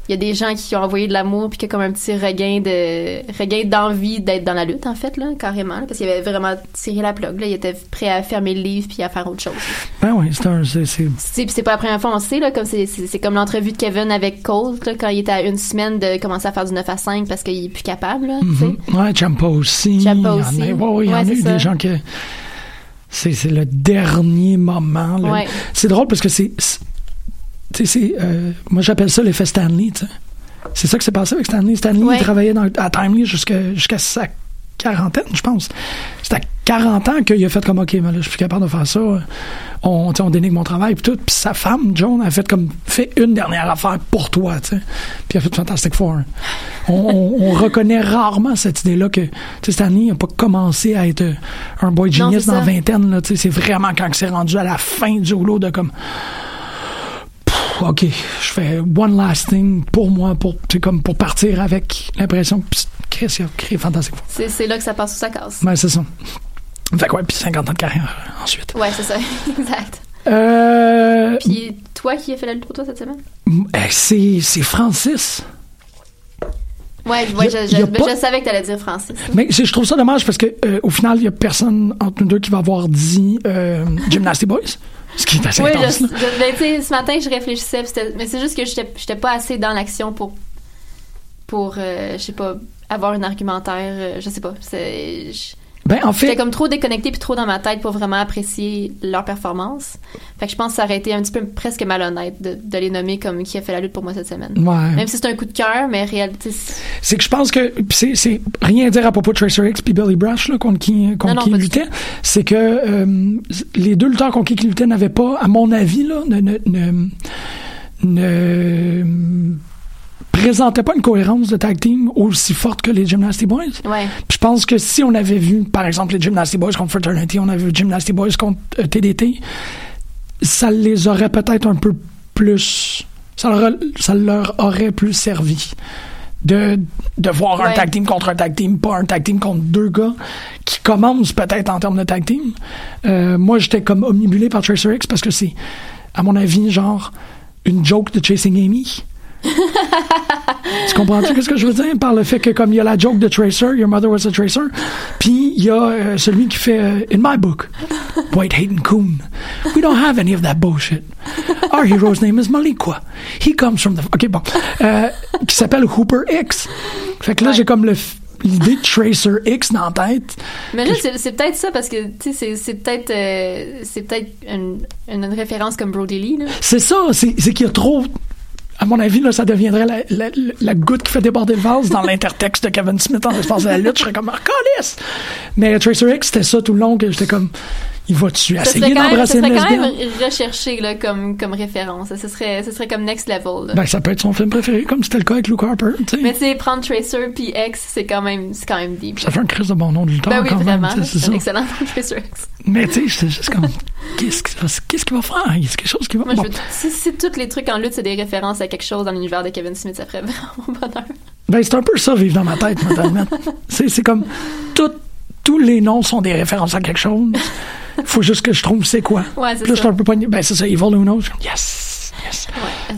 F: il y a des gens qui ont envoyé de l'amour puis qu'il y a comme un petit regain de regain d'envie d'être dans la lutte en fait là, carrément là, parce qu'il avait vraiment tiré la plug là, il était prêt à fermer le livre puis à faire autre chose.
E: Ben oui, c'est un. c'est- mhm. c'est-
F: Tu sais, puis c'est pas la première fois, on le sait, là, comme c'est, c'est, c'est comme l'entrevue de Kevin avec Colt, là, quand il était à une semaine de commencer à faire du 9 à 5 parce qu'il est plus capable, là, tu sais.
E: Mhm. Ouais, Champa aussi.
F: Ciampa
E: il y en a-
F: aussi.
E: ouais, ouais, il y en
F: Ouais,
E: a
F: c'est
E: eu
F: ça.
E: des gens que. C'est c'est le dernier moment. là.
F: Ouais.
E: C'est drôle parce que c'est. c'est- Tu sais, c'est, euh, moi, j'appelle ça l'effet Stanley, tu sais. C'est ça qui s'est passé avec Stanley. Stanley, il travaillait dans, à Timely jusqu'à jusqu'à sa quarantaine, je pense. C'est à 40 ans qu'il a fait comme, OK, mais là, je suis plus capable de faire ça. On, tu sais, on dénigre mon travail, puis tout. Puis sa femme, Joan, a fait comme, fais une dernière affaire pour toi, tu sais. Puis elle a fait Fantastic Four. On, on- on reconnaît rarement cette idée-là que, tu sais, Stanley n'a pas commencé à être euh, un boy
F: Non,
E: genius
F: c'est
E: dans la
F: ça.
E: vingtaine, là, tu sais. C'est vraiment quand il s'est rendu à la fin du rouleau de comme, OK, je fais one last thing pour moi, pour, tu sais, comme pour partir avec l'impression que psst, Chris, il a créé Fantastic Four.
F: C'est, c'est là que ça passe ou ça casse.
E: Ouais, c'est ça. Fait que ouais, puis 50 ans de carrière euh, ensuite.
F: Ouais, c'est ça, exact.
E: Euh,
F: Puis toi qui as fait la lutte pour toi cette semaine?
E: m- eh, c'est c'est Francis.
F: Ouais, je- ouais,
E: Y a-
F: je, je-
E: y a
F: ben,
E: pas-
F: je savais que t'allais dire Francis.
E: Mais c'est- je trouve ça dommage parce que euh, au final, il n'y a personne entre nous deux qui va avoir dit euh, Gymnastic Boys, ce qui est assez
F: Oui, je,
E: intense. là.
F: je- ben, tu sais, ce matin, je réfléchissais, puis c'était- mais c'est juste que j'étais, j'étais pas assez dans l'action pour, pour euh, je sais pas, avoir un argumentaire, euh, je sais pas. c'est- je-
E: Ben, en fait.
F: J'étais comme trop déconnectée puis trop dans ma tête pour vraiment apprécier leur performance. Fait que je pense que ça aurait été un petit peu presque malhonnête de, de les nommer comme qui a fait la lutte pour moi cette semaine.
E: Ouais.
F: Même si c'est un coup de cœur, mais réalité. c'est-
E: C'est que je pense que pis c'est c'est rien à dire à propos de Tracer X puis Billy Brash là, contre qui contre
F: Non, non,
E: qui
F: pas du
E: luttait, c'est que euh, les deux lutteurs contre qui ils luttaient n'avaient pas, à mon avis là, ne, ne, ne- ne- présentaient pas une cohérence de tag team aussi forte que les Gymnastic Boys.
F: Ouais.
E: Puis Je pense que si on avait vu, par exemple, les Gymnastic Boys contre Fraternity, on avait vu Gymnastic Boys contre euh, TDT, ça les aurait peut-être un peu plus. Ça leur, ça leur aurait plus servi de, de voir un
H: Ouais.
E: tag team contre un tag team, pas un tag team contre deux gars qui commencent peut-être en termes de tag team. Euh, moi, j'étais comme omnibulé par Tracer X parce que c'est, à mon avis, genre une joke de Chasing Amy. Tu comprends-tu ce que je veux dire par le fait que comme il y a la joke de Tracer, Your Mother Was a Tracer, puis il y a euh, celui qui fait euh, In my book, Dwight Hayden Kuhn. We don't have any of that bullshit. Our hero's name is Malikwa. He comes from the OK bon, Euh, qui s'appelle Hooper X. Fait que là j'ai comme le f- l'idée de Tracer X dans la tête.
F: Mais là, c'est c'est peut-être ça parce que, tu sais, c'est- c'est peut-être euh, c'est peut-être une, une- une référence comme Brody Lee, là.
E: C'est ça, c'est c'est qu'il y a trop. À mon avis, là, ça deviendrait la, la- la goutte qui fait déborder le vase dans l'intertexte de Kevin Smith en l'espace de la lutte. Je serais comme, oh, calisse! Mais Tracer X, c'était ça tout le long que j'étais comme, il va-tu
F: Ça
E: essayer
F: serait, quand même, ça
E: d'embrasser une
F: serait quand
E: lesbienne?
F: même recherché là, comme, comme référence. Ce serait, ce serait comme next level. là.
E: Ben, ça peut être son film préféré, comme c'était le cas avec Luke Harper. tu sais.
F: Mais tu sais, prendre Tracer puis X, c'est quand même, c'est quand même deep.
E: Ça fait un crise de bon nom de lutteur
F: Ben oui,
E: quand
F: vraiment.
E: même. tu sais,
F: C'est
E: C'est
F: un
E: ça.
F: excellent nom, Tracer X.
E: Mais tu sais, c'est juste comme, qu'est-ce qu'il va, qu'est-ce qu'il va faire? Il y a quelque chose qui va.
F: Moi, je
E: bon.
F: veux, si, si tous les trucs en lutte, c'est des références à quelque chose dans l'univers de Kevin Smith, ça ferait vraiment mon bonheur.
E: Ben, c'est un peu ça, vivre dans ma tête, mentalement. c'est, c'est comme, tout- tous les noms sont des références à quelque chose. Faut juste que je trouve c'est quoi.
H: Ouais, c'est
E: Puis là, je
H: ça.
E: suis un peu pogné. Ben, c'est ça, Evil Uno. je suis comme, Yes! Yes!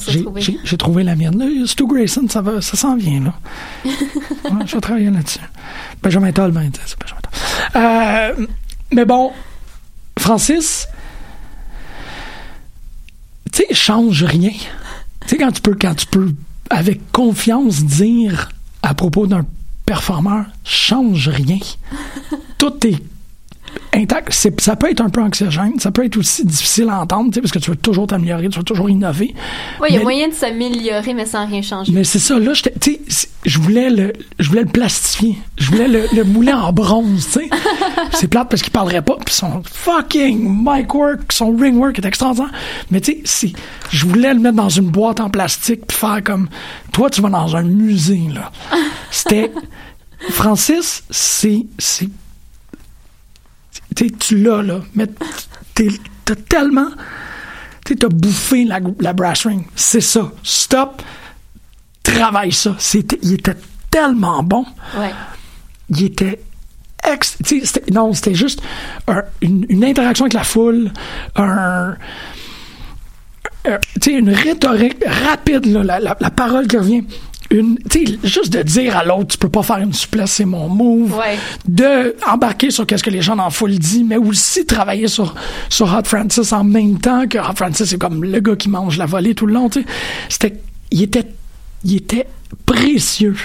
E: J'ai- j'ai- J'ai trouvé la mienne. Là, Stu Grayson, ça, va, ça s'en vient, là. Ouais, je vais travailler là-dessus. Benjamin Toll, ben, c'est Benjamin Toll. Euh, mais bon, Francis, tu sais, change rien. Tu sais, quand tu peux, quand tu peux, avec confiance, dire à propos d'un performeur, change rien. Tout est intact. C'est- ça peut être un peu anxiogène, ça peut être aussi difficile à entendre, tu sais, parce que tu veux toujours t'améliorer, tu veux toujours innover.
F: Oui, il y a
E: Mais-
F: moyen de s'améliorer, mais sans rien changer.
E: mais c'est ça, là, j'étais- tu sais, c'est- je voulais le, je voulais le plastifier. Je voulais le, le mouler en bronze, tu sais. C'est plate parce qu'il parlerait pas, puis son fucking mic work, son ring work est extraordinaire. Mais tu sais, si- je voulais le mettre dans une boîte en plastique, puis faire comme, toi, tu vas dans un musée, là. C'était, Francis, c'est, c'est tu sais, tu l'as, là, mais t'es- t'as tellement. Tu sais, t'as bouffé la, la brass ring. C'est ça. Stop. Travaille ça. C'était, il était tellement bon.
F: Ouais.
E: Il était. Ex, tu sais, c'était- non, c'était juste un- une, une interaction avec la foule, un. un- Euh, tu sais, une rhétorique rapide, là, la, la- la parole qui revient. Une, tu sais, juste de dire à l'autre, tu peux pas faire une souplesse, c'est mon move
F: Ouais.
E: de embarquer sur qu'est-ce que les gens dans la foule disent, mais aussi travailler sur, sur Hot Francis en même temps que Hot Francis est comme le gars qui mange la volée tout le long. tu sais. C'était, il était, il était précieux.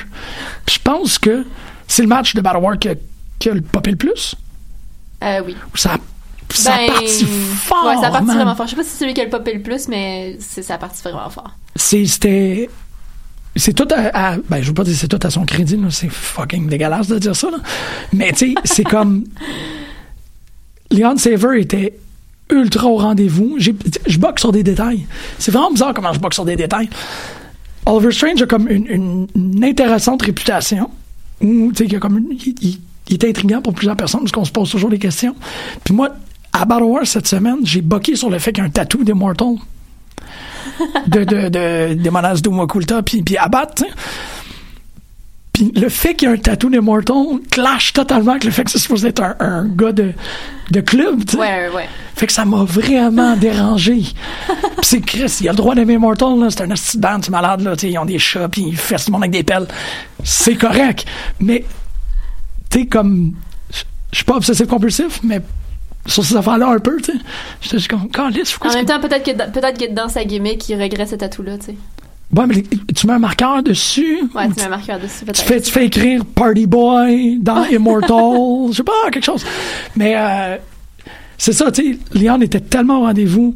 E: Puis je pense que c'est le match de Battle War qui a, qui a le popé le plus.
F: Euh, oui.
E: Ou Ça, ça a parti fort.
F: Ben, Ouais, ça a parti
E: man.
F: vraiment fort. Je sais pas si c'est celui qui a le popé le plus, mais c'est, ça a parti vraiment fort.
E: C'est- c'était c'est tout à, à- ben je veux pas dire c'est tout à son crédit là, c'est fucking dégueulasse de dire ça là. mais tu sais c'est comme Leon Saver était ultra au rendez-vous J'ai- je boxe sur des détails c'est vraiment bizarre comment je boxe sur des détails Oliver Strange a comme une, une- une intéressante réputation où tu sais qu'il y a comme une- il, il- il est intriguant pour plusieurs personnes parce qu'on se pose toujours des questions puis moi à Battle Wars cette semaine j'ai boqué sur le fait qu'un tatou des Mortals de, de, de, des menaces d'Umakulta puis, puis Abbat, tu sais. Puis le fait qu'il y ait un tatou des Mortons clash totalement avec le fait que c'est supposé être un, un gars de, de club, tu sais.
F: Ouais, ouais.
E: Fait que ça m'a vraiment dérangé. Puis c'est Chris, il a le droit d'aimer Mortal, là. C'est un asti de band, c'est malade, là. Tu sais, ils ont des chats, puis ils fessent le monde avec des pelles. C'est correct. Mais, tu sais, comme. je- Je suis pas obsessif-compulsif, mais sur ces affaires-là, un peu, tu sais. J'étais juste comme, calisse, pourquoi
F: en
E: est-ce
F: même
E: que-
F: temps, peut-être que, peut-être que dans sa gimmick, il regrette cet atout-là, tu sais.
E: Ouais, mais les- tu mets un marqueur dessus.
F: Ouais,
E: ou
F: tu mets un marqueur dessus, peut-être.
E: tu fais, tu fais écrire Party Boy dans Immortal, je sais pas, quelque chose. Mais euh, c'est ça, tu sais, Leon était tellement au rendez-vous.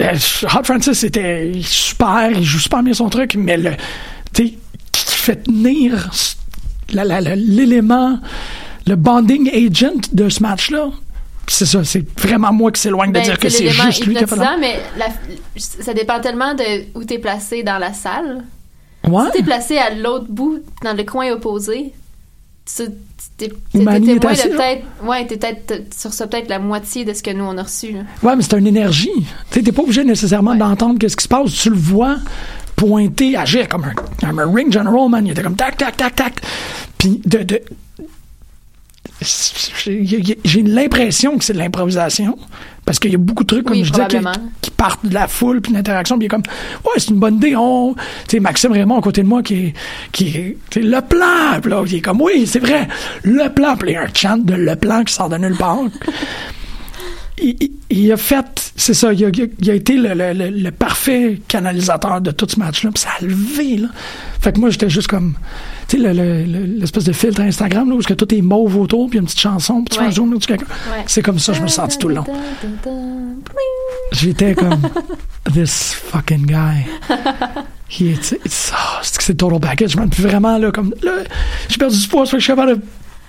E: Euh, Hot Francis était super, il joue super bien son truc, mais le, tu sais, qui fait tenir s- la- la- la- l'élément, le bonding agent de ce match-là. C'est ça, c'est vraiment moi qui s'éloigne de
F: Ben,
E: dire que c'est
F: l'élément
E: juste lui qui a fait la-
F: hypnotisant, mais la- ça dépend tellement de où t'es placé dans la salle.
E: Ouais.
F: Si t'es placé à l'autre bout, dans le coin opposé, tu t'es t'es- t'es
E: Manny est
F: témoin
E: assis,
F: de
E: là.
F: peut-être... Ouais, t'es peut-être... t'es- Tu reçois peut-être la moitié de ce que nous, on a reçu. là.
E: Ouais, mais c'est une énergie. Tu n'es pas obligé nécessairement d'entendre qu'est-ce qui se passe. Tu le vois pointer, agir comme un, comme un ring general, man. Il était comme tac, tac, tac, tac. Puis de. de- j'ai j'ai l'impression que c'est de l'improvisation parce qu'il y a beaucoup de trucs, comme
F: Oui,
E: je disais, qui,
F: probablement.
E: qui partent de la foule puis de l'interaction. Puis il est comme, ouais, c'est une bonne idée. On... Tu sais, Maxime Raymond à côté de moi qui est, qui est tu sais, le plan. Puis là, il est comme, oui, c'est vrai, le plan. Puis là, il y a un chant de le plan qui sort de nulle part. il, il- il a fait, c'est ça, il a, il a- il a été le, le- le- le parfait canalisateur de tout ce match-là, puis ça a levé, là. Fait que moi, j'étais juste comme, tu sais, le- le- le- l'espèce de filtre Instagram, là, où est-ce que tout est mauve autour, puis il y a une petite chanson, puis tu fais un zoom, là, tu quelqu'un.
F: Ouais.
E: C'est comme ça, je me sentis tout le long.
F: Tadadadadadam.
E: J'étais comme, this fucking guy. He is- it's- oh, c'est que c'est total package, man. Puis vraiment, là, comme, là, j'ai perdu du poids, ça fait que je suis capable de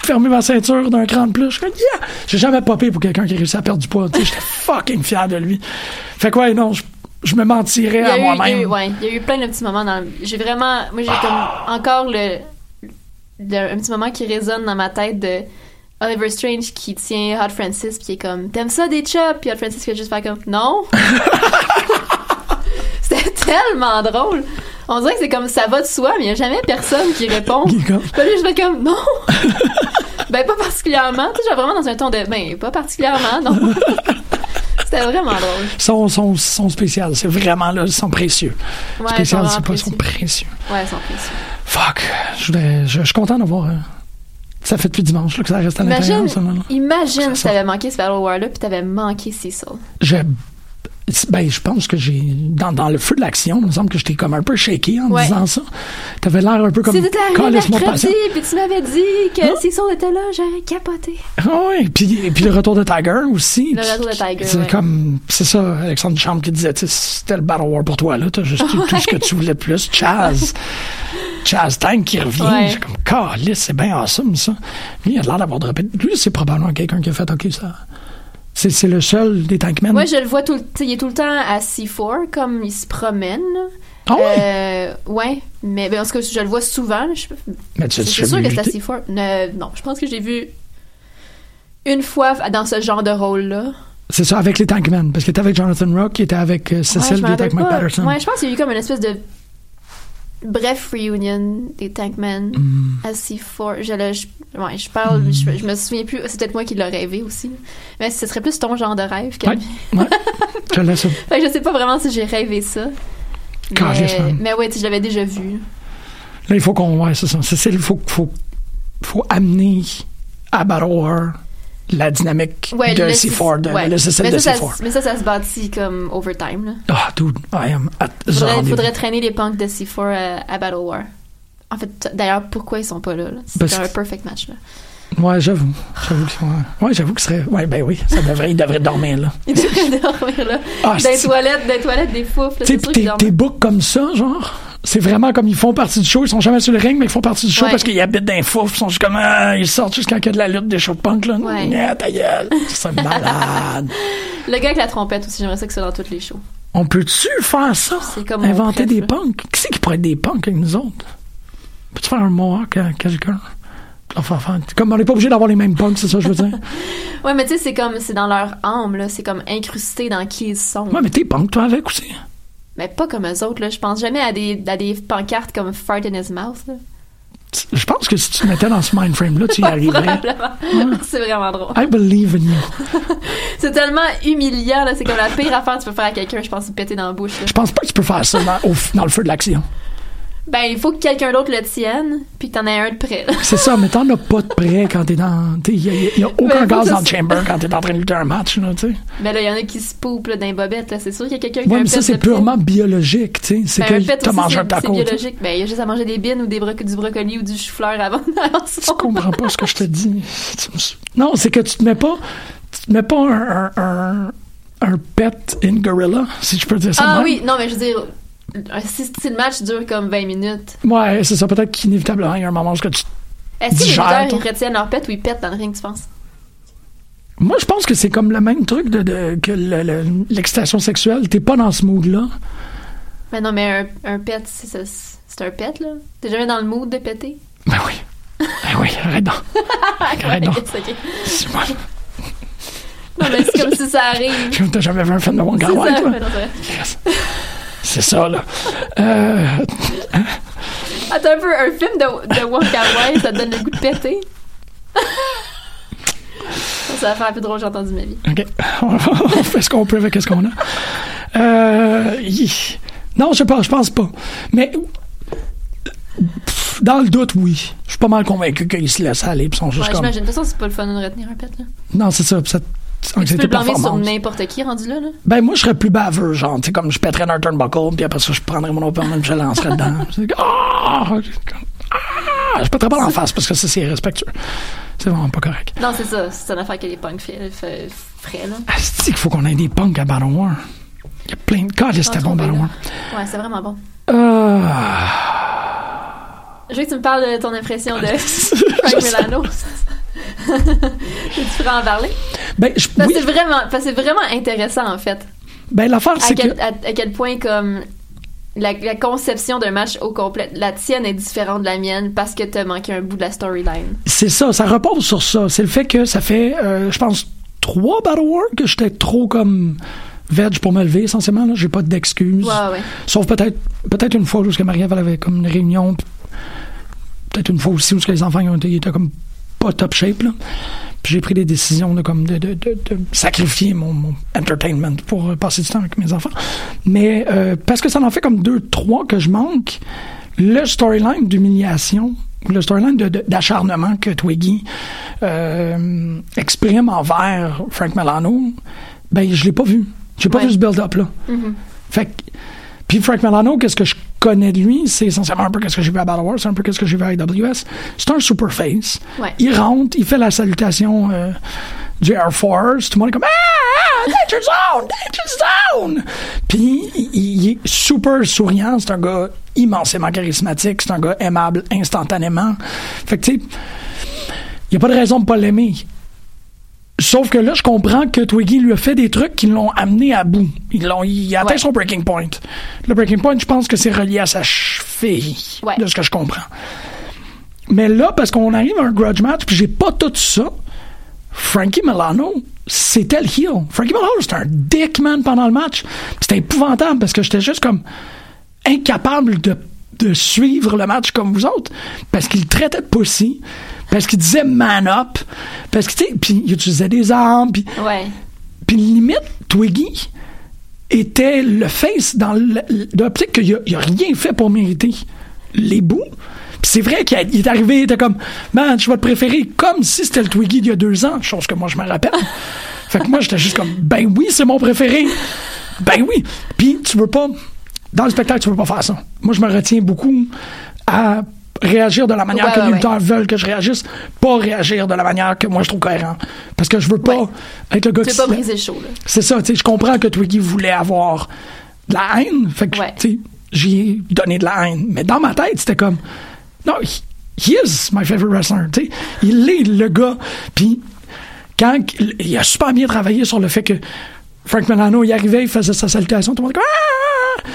E: fermer ma ceinture d'un cran de plus. Je suis comme, yeah! J'ai jamais popé pour quelqu'un qui réussit à perdre du poids. Tu sais, J'étais fucking fier de lui. Fait que, ouais, non, je, je me mentirais
F: Il y, a
E: à
F: eu, il y a eu-
E: moi-même.
F: ouais, il y a eu plein de petits moments dans... le- J'ai vraiment... Moi, j'ai comme encore le, le- Un petit moment qui résonne dans ma tête de... Oliver Strange qui tient Hot Francis puis qui est comme t'aimes ça des chops puis Hot Francis qui a juste fait comme non c'était tellement drôle on dirait que c'est comme ça va de soi mais il y a jamais personne qui répond
E: Il est comme-
F: Puis là, je fais comme non ben pas particulièrement tu sais genre vraiment dans un ton de ben pas particulièrement non c'était vraiment drôle
E: Son, son, son spécial, c'est vraiment, là, ils sont précieux.
F: Ouais,
E: spécial,
F: ils sont
E: c'est pas,
F: vraiment
E: ils sont précieux.
F: ouais sans plus
E: Fuck. Je, voudrais- je- je suis content d'avoir. euh, ça fait depuis dimanche, là, que ça reste à
F: Imagine,
E: l'intérieur, ça, là.
F: imagine si t'avais manqué ce Battle War-là, puis t'avais manqué Cecil.
E: je ben, je pense que j'ai dans, dans le feu de l'action, il me semble que j'étais comme un peu shaky en
F: Ouais.
E: disant ça. T'avais l'air un peu comme
F: si t'étais arrivé
E: Calisse-moi pas ça.
F: mercredi, puis tu m'avais dit que
E: Hein?
F: Cecil était là, j'aurais capoté.
E: Ah ouais, puis et puis le retour de Tiger aussi.
F: Le retour de Tiger,
E: C'est
F: ouais.
E: comme c'est ça Alexandre Chambre qui disait tu sais, c'était le battle war pour toi là, t'as juste eu tout ce que tu voulais de plus Chaz. Chaz Tank qui revient,
F: Ouais.
E: j'ai comme calisse, c'est bien awesome ça. Lui il a l'air d'avoir droppé. Lui c'est probablement quelqu'un qui a fait OK ça. C'est c'est le seul des Tankmen.
F: Moi, je le vois tout le tu sais, il est tout le temps à C4, comme il se promène.
E: Ah
F: ouais? Euh, ouais, mais ben, en tout cas, je le vois souvent. là, je-
E: Mais tu-
F: C'est
E: tu
F: c'est
E: l'as
F: sûr
E: vu
F: que c'est à
E: lutter?
F: C4. Ne- non, je pense que j'ai vu une fois dans ce genre de rôle-là.
E: C'est ça, avec les Tankmen. Parce qu'il était avec Jonathan Rock, il était avec euh,
F: Ouais,
E: Cecil,
F: je
E: il
F: me
E: était avec
F: rappelle
E: Mike
F: pas.
E: Patterson.
F: Ouais, je pense qu'il y a eu comme une espèce de bref reunion des Tankmen
E: Hmm.
F: à C4. Je, le- je- ouais, je parle, je, je me souviens plus. C'est peut-être moi qui l'ai rêvé aussi. Mais ce serait plus ton genre de rêve que.
E: Ouais. Je laisse ça.
F: Fait que je sais pas vraiment si j'ai rêvé ça.
E: Calisse,
F: Mais,
E: man.
F: mais ouais, tu sais, je l'avais déjà vu.
E: Là, il faut qu'on. Ouais, c'est ça. Cecil, il faut, faut, faut amener à Battle War la dynamique
F: Ouais,
E: de
F: le-
E: C4, de,
F: ouais.
E: le Cecil
F: mais,
E: de
F: ça, ça,
E: C4.
F: mais ça, ça se bâtit comme over time. là.
E: Ah, dude, I am at the
F: Faudrait,
E: rendez-vous.
F: faudrait traîner les punks de C4 à, à Battle War. En fait, t- d'ailleurs, pourquoi ils sont pas là? là?
E: Parce
F: C'était un
E: que-
F: perfect match. Là.
E: Ouais, j'avoue. J'avoue que, ouais. Ouais, j'avoue que ce serait. Ouais, ben oui, ça devrait, il devrait dormir, là.
F: Ils devraient dormir là.
E: Ah,
F: dans les
E: c'est-
F: toilettes, dans les toilettes des foufles.
E: Tu sais,
F: là, c'est sûr qu'ils
E: tes,
F: dorment.
E: tes books comme ça, genre. C'est vraiment comme ils font partie du show, ils sont jamais sur le ring, mais ils font partie du show
F: Ouais.
E: parce qu'ils habitent dans les fouf, ils sont juste comme, ah, ils sortent juste quand il y a de la lutte des shows de punk, là.
F: Ouais.
E: Ah, ta gueule, c'est malade.
F: Le gars avec la trompette aussi, j'aimerais ça que ce soit dans toutes les shows.
E: On peut-tu faire ça?
F: C'est comme mon
E: Inventer
F: préf,
E: des
F: là.
E: punks? Qui c'est qui pourrait être des punks avec nous autres? Peux-tu faire un mohawk à quelqu'un? Puis leur faire faire- Comme on n'est pas obligé d'avoir les mêmes punks, c'est ça que je veux dire?
F: Ouais, mais tu sais, c'est comme, c'est dans leur âme, là. C'est comme incrusté dans qui ils sont.
E: ouais, mais t'es punk, toi, avec aussi.
F: Mais pas comme eux autres, là. Je pense jamais à des, à des pancartes comme Fart in his mouth, là.
E: Tu- Je pense que si tu te mettais dans ce mind frame-là, tu y arriverais. Ah.
F: Probablement. C'est vraiment drôle.
E: I believe in you.
F: C'est tellement humiliant, là. C'est comme la pire affaire que tu peux faire à quelqu'un, je pense, de péter dans la bouche, là.
E: Je pense pas que tu peux faire ça dans, au- dans le feu de l'action.
F: Ben, il faut que quelqu'un d'autre le tienne, puis que t'en aies un de près. là.
E: C'est ça, mais t'en as pas de prêt quand t'es dans. Il n'y a, aucun
F: Ben, faut
E: gaz
F: que
E: dans
F: ça
E: le
F: se-
E: chamber quand t'es en train de lutter un match, là, tu sais.
F: Mais là, il y en a qui se poupent, là, dans les bobettes, là. C'est sûr qu'il y a quelqu'un qui a
E: Ouais,
F: un
E: mais ça,
F: pet
E: c'est
F: de près.
E: purement biologique, tu sais. C'est
F: Ben, un
E: que
F: pet
E: t'as
F: aussi,
E: mangé
F: c'est-
E: un taco.
F: C'est
E: tu sais.
F: biologique. Ben, il y a juste à manger des bines ou des broc- du brocoli ou du chou-fleur avant d'avoir son
E: Je comprends pas ce que je te dis. Tu me- Non, c'est que tu te mets pas. Tu te mets pas un. un, un- un pet in gorilla, si je peux dire ça. de
F: Ah
E: même.
F: oui, non, mais je veux dire, un- si, si le match dure comme 20 minutes,
E: Ouais, c'est ça. Peut-être qu'inévitablement, il y a un moment où ce que tu
F: est-ce que les
E: Digère,
F: lutteurs,
E: toi.
F: ils retiennent leur pète ou ils pètent dans le ring, tu penses?
E: Moi, je pense que c'est comme le même truc de, de- que le- le- l'excitation sexuelle. T'es pas dans ce mood-là.
F: Mais Ben non, mais un, un pet, c'est ça, c'est un pet, là. T'es jamais dans le mood de péter?
E: Ah Ben oui, arrête donc. Arrête donc.
F: C'est ok.
E: C'est moi.
F: Non, mais c'est comme si ça arrive.
E: Je- T'as jamais vu un film de Wong
F: C'est
E: Kar Wai,
F: ça,
E: toi?
F: mais non, c'est vrai.
E: C'est ça, là. Euh,
F: Attends un peu, un film de, de Wong Kar Wai, ça te donne le goût de péter? ça, ça va faire un peu drôle, j'ai entendu ma vie.
E: OK. On fait ce qu'on peut avec ce qu'on a. Euh, hi. non, je sais pas, je pense pas. Mais pff, dans le doute, oui. Je suis pas mal convaincu qu'ils se laissent aller. Puis sont
F: Ouais,
E: juste comme...
F: J'imagine, de toute façon, c'est pas le fun de retenir un pet, là.
E: Non, c'est ça. ça
F: Tu peux
E: anxiété
F: le blâmer sur
E: performance.
F: n'importe qui rendu là, là.
E: Ben, moi, je serais plus baveux, genre, tu sais, comme je pèterais un turnbuckle, puis après ça, je prendrais mon open et je le lancerais dedans. C'est comme, Ah! Ah! Je pèterais pas l'en face, parce que ça, c'est irrespectueux. C'est vraiment pas correct.
F: Non, c'est ça. C'est une affaire que les punks fait- fait- feraient, là.
E: Asti qu'il faut qu'on ait des punks à Battle War. Il y a plein de. God, c'était bon, Battle War.
F: Ouais, c'est vraiment bon.
E: Ah.
F: Je veux que tu me parles de ton impression de Frank Milano. tu pourrais en parler?
E: Ben, je,
F: Parce
E: oui,
F: que c'est vraiment, parce que c'est vraiment intéressant, en fait.
E: ben l'affaire,
F: À
E: c'est
F: quel,
E: que.
F: à, à quel point, comme, la, la conception d'un match au complet, la tienne est différente de la mienne parce que t'as manqué un bout de la storyline.
E: C'est ça, ça repose sur ça. C'est le fait que ça fait, euh, je pense, trois Battle War que j'étais trop comme veg pour me lever, essentiellement. là. J'ai pas d'excuses.
F: Ouais, ouais.
E: Sauf peut-être peut-être une fois où ce que Marie-Ève elle avait comme une réunion. puis Peut-être une fois aussi où ce que les enfants ils ont été, ils étaient comme pas top shape. Là. Puis j'ai pris des décisions de, comme de, de- de- de sacrifier mon, mon entertainment pour euh, passer du temps avec mes enfants. Mais euh, parce que ça en fait comme deux, trois que je manque, le storyline d'humiliation, ou le storyline de- de- d'acharnement que Twiggy euh, exprime envers Frank Milano, ben je l'ai pas vu. J'ai pas vu ce build-up là. Fait que- puis Frank Milano, qu'est-ce que je connais de lui, c'est essentiellement un peu qu'est-ce que j'ai vu à Battle Wars, c'est un peu qu'est-ce que j'ai vu à AWS. C'est un super face.
G: Ouais.
E: Il rentre, il fait la salutation euh, du Air Force, tout le monde est comme Ah, ah, Danger Zone, Danger Zone! Puis il, il est super souriant, c'est un gars immensément charismatique, c'est un gars aimable instantanément. Fait que tu sais, il n'y a pas de raison de pas l'aimer. Sauf que là, je comprends que Twiggy lui a fait des trucs qui l'ont amené à bout. Ils l'ont, il a atteint son breaking point. Le breaking point, je pense que c'est relié à sa cheville, de ce que je comprends. Mais là, parce qu'on arrive à un grudge match, puis j'ai pas tout ça, Frankie Milano, c'était le heel. Frankie Milano, c'était un dick man pendant le match. Puis C'était épouvantable parce que j'étais juste comme incapable de, de suivre le match comme vous autres parce qu'il traitait de pussy, parce qu'il disait man up, parce que tu sais, puis il utilisait des armes, puis
F: Ouais.
E: puis limite, Twiggy était le face dans le- le- l'optique qu'il a, il a rien fait pour mériter les bouts. Puis c'est vrai qu'il a- il est arrivé, il était comme Man, je vais te préférer comme si c'était le Twiggy d'il y a deux ans, chose que moi je me rappelle. fait que moi j'étais juste comme Ben oui, c'est mon préféré. Ben oui. Puis tu veux pas, dans le spectacle, tu veux pas faire ça. Moi je me retiens beaucoup à réagir de la manière
H: Ouais,
E: que
H: ouais,
E: les
H: ouais.
E: lutteurs veulent que je réagisse, pas réagir de la manière que moi je trouve cohérent. Parce que je veux pas être le gars
F: Tu
E: qui
F: veux
E: se
F: pas
E: lève.
F: briser chaud, là.
E: C'est ça, tu sais, je comprends que Twiggy voulait avoir de la haine. Fait que, tu sais, j'y ai donné de la haine. Mais dans ma tête, c'était comme, non, he, he is my favorite wrestler, tu sais. Il est le gars. Puis, quand il- il a super bien travaillé sur le fait que Frank Milano, il arrivait, il faisait sa salutation, tout le monde était comme, ah!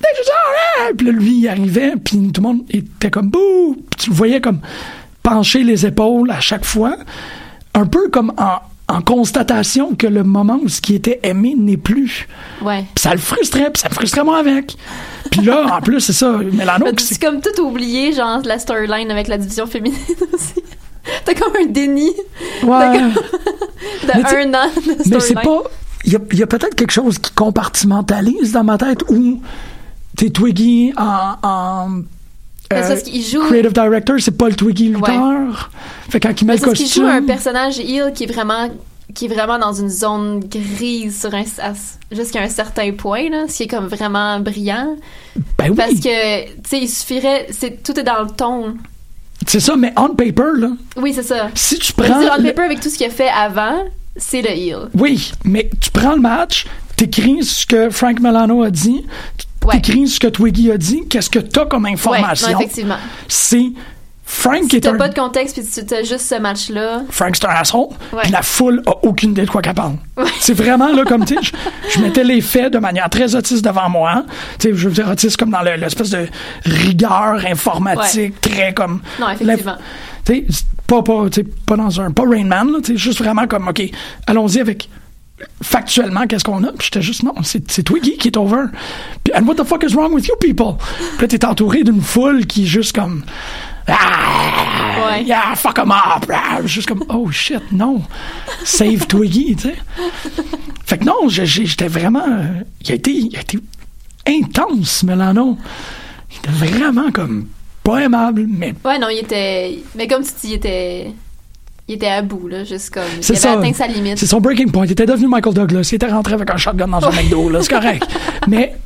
E: Danger Zone, ah! Puis là, lui, il arrivait, puis tout le monde était comme, bouh! Puis tu le voyais comme pencher les épaules à chaque fois un peu comme en, en constatation que le moment où ce qui était aimé n'est plus.
F: Ouais.
E: Puis ça le frustrait, puis ça me frustrait moi avec. Puis là, en plus, c'est ça, Mélano,
F: Mais
E: qui
F: C'est comme tout oublié, genre, la storyline avec la division féminine aussi. T'as comme un déni. T'as comme-
E: Mais tu-
F: de un an de
E: Mais c'est
F: storyline.
E: pas. Il y a, il y a peut-être quelque chose qui compartimentalise dans ma tête où t'es Twiggy en, en
F: Mais c'est parce qu'il joue-
E: euh, Creative Director, c'est Paul Twiggy, le
F: Ouais.
E: lutteur. Fait quand il met
F: Mais
E: le
F: c'est parce qu'il
E: costume.
F: joue un personnage heel qui est vraiment qui est vraiment dans une zone grise sur un à- jusqu'à un certain point là, ce qui est comme vraiment brillant.
E: Ben oui.
F: Parce que tu sais, il suffirait, c'est tout est dans le ton.
E: C'est ça, mais on paper, là.
F: Oui, c'est ça.
E: Si tu
F: Mais
E: prends
F: c'est Ron
E: le-
F: Pepper avec tout ce qu'il a fait avant, c'est le heel.
E: Oui, mais tu prends le match, t'écris ce que Frank Milano a dit, t'écris ce que Twiggy a dit, qu'est-ce que t'as comme
F: Ouais,
E: information.
F: non, effectivement.
E: C'est Frank qui
F: Si
E: est
F: t'as
E: un...
F: pas de contexte puis tu t'as juste ce match là,
E: Frank c'est un asshole,
F: Ouais.
E: puis la foule a aucune idée de quoi qu'elle parle. C'est vraiment là comme tu sais, je, je mettais les faits de manière très autiste devant moi. Tu sais, je veux dire autiste comme dans le- l'espèce de rigueur informatique, très comme.
F: Non, effectivement.
E: Tu sais, c'est pas pas tu sais, pas dans un pas Rain Man, là, tu sais, juste vraiment comme ok, allons-y avec factuellement qu'est-ce qu'on a puis j'étais juste non c'est c'est Twiggy qui est over puis and what the fuck is wrong with you people puis là t'es entouré d'une foule qui est juste comme ah, yeah fuck 'em up Ah, juste comme oh shit non save Twiggy tu sais fait que non j'ai- j'ai- j'étais vraiment euh, il a été il a été intense Melano il était vraiment comme pas aimable mais
F: ouais non, il était mais comme tu dis, il était il était à bout là, juste comme il
E: C'est
F: avait
E: ça.
F: atteint sa limite.
E: C'est son breaking point. Il était devenu Michael Douglas. Il était rentré avec un shotgun dans un
F: Ouais.
E: McDo. là. C'est correct. Mais,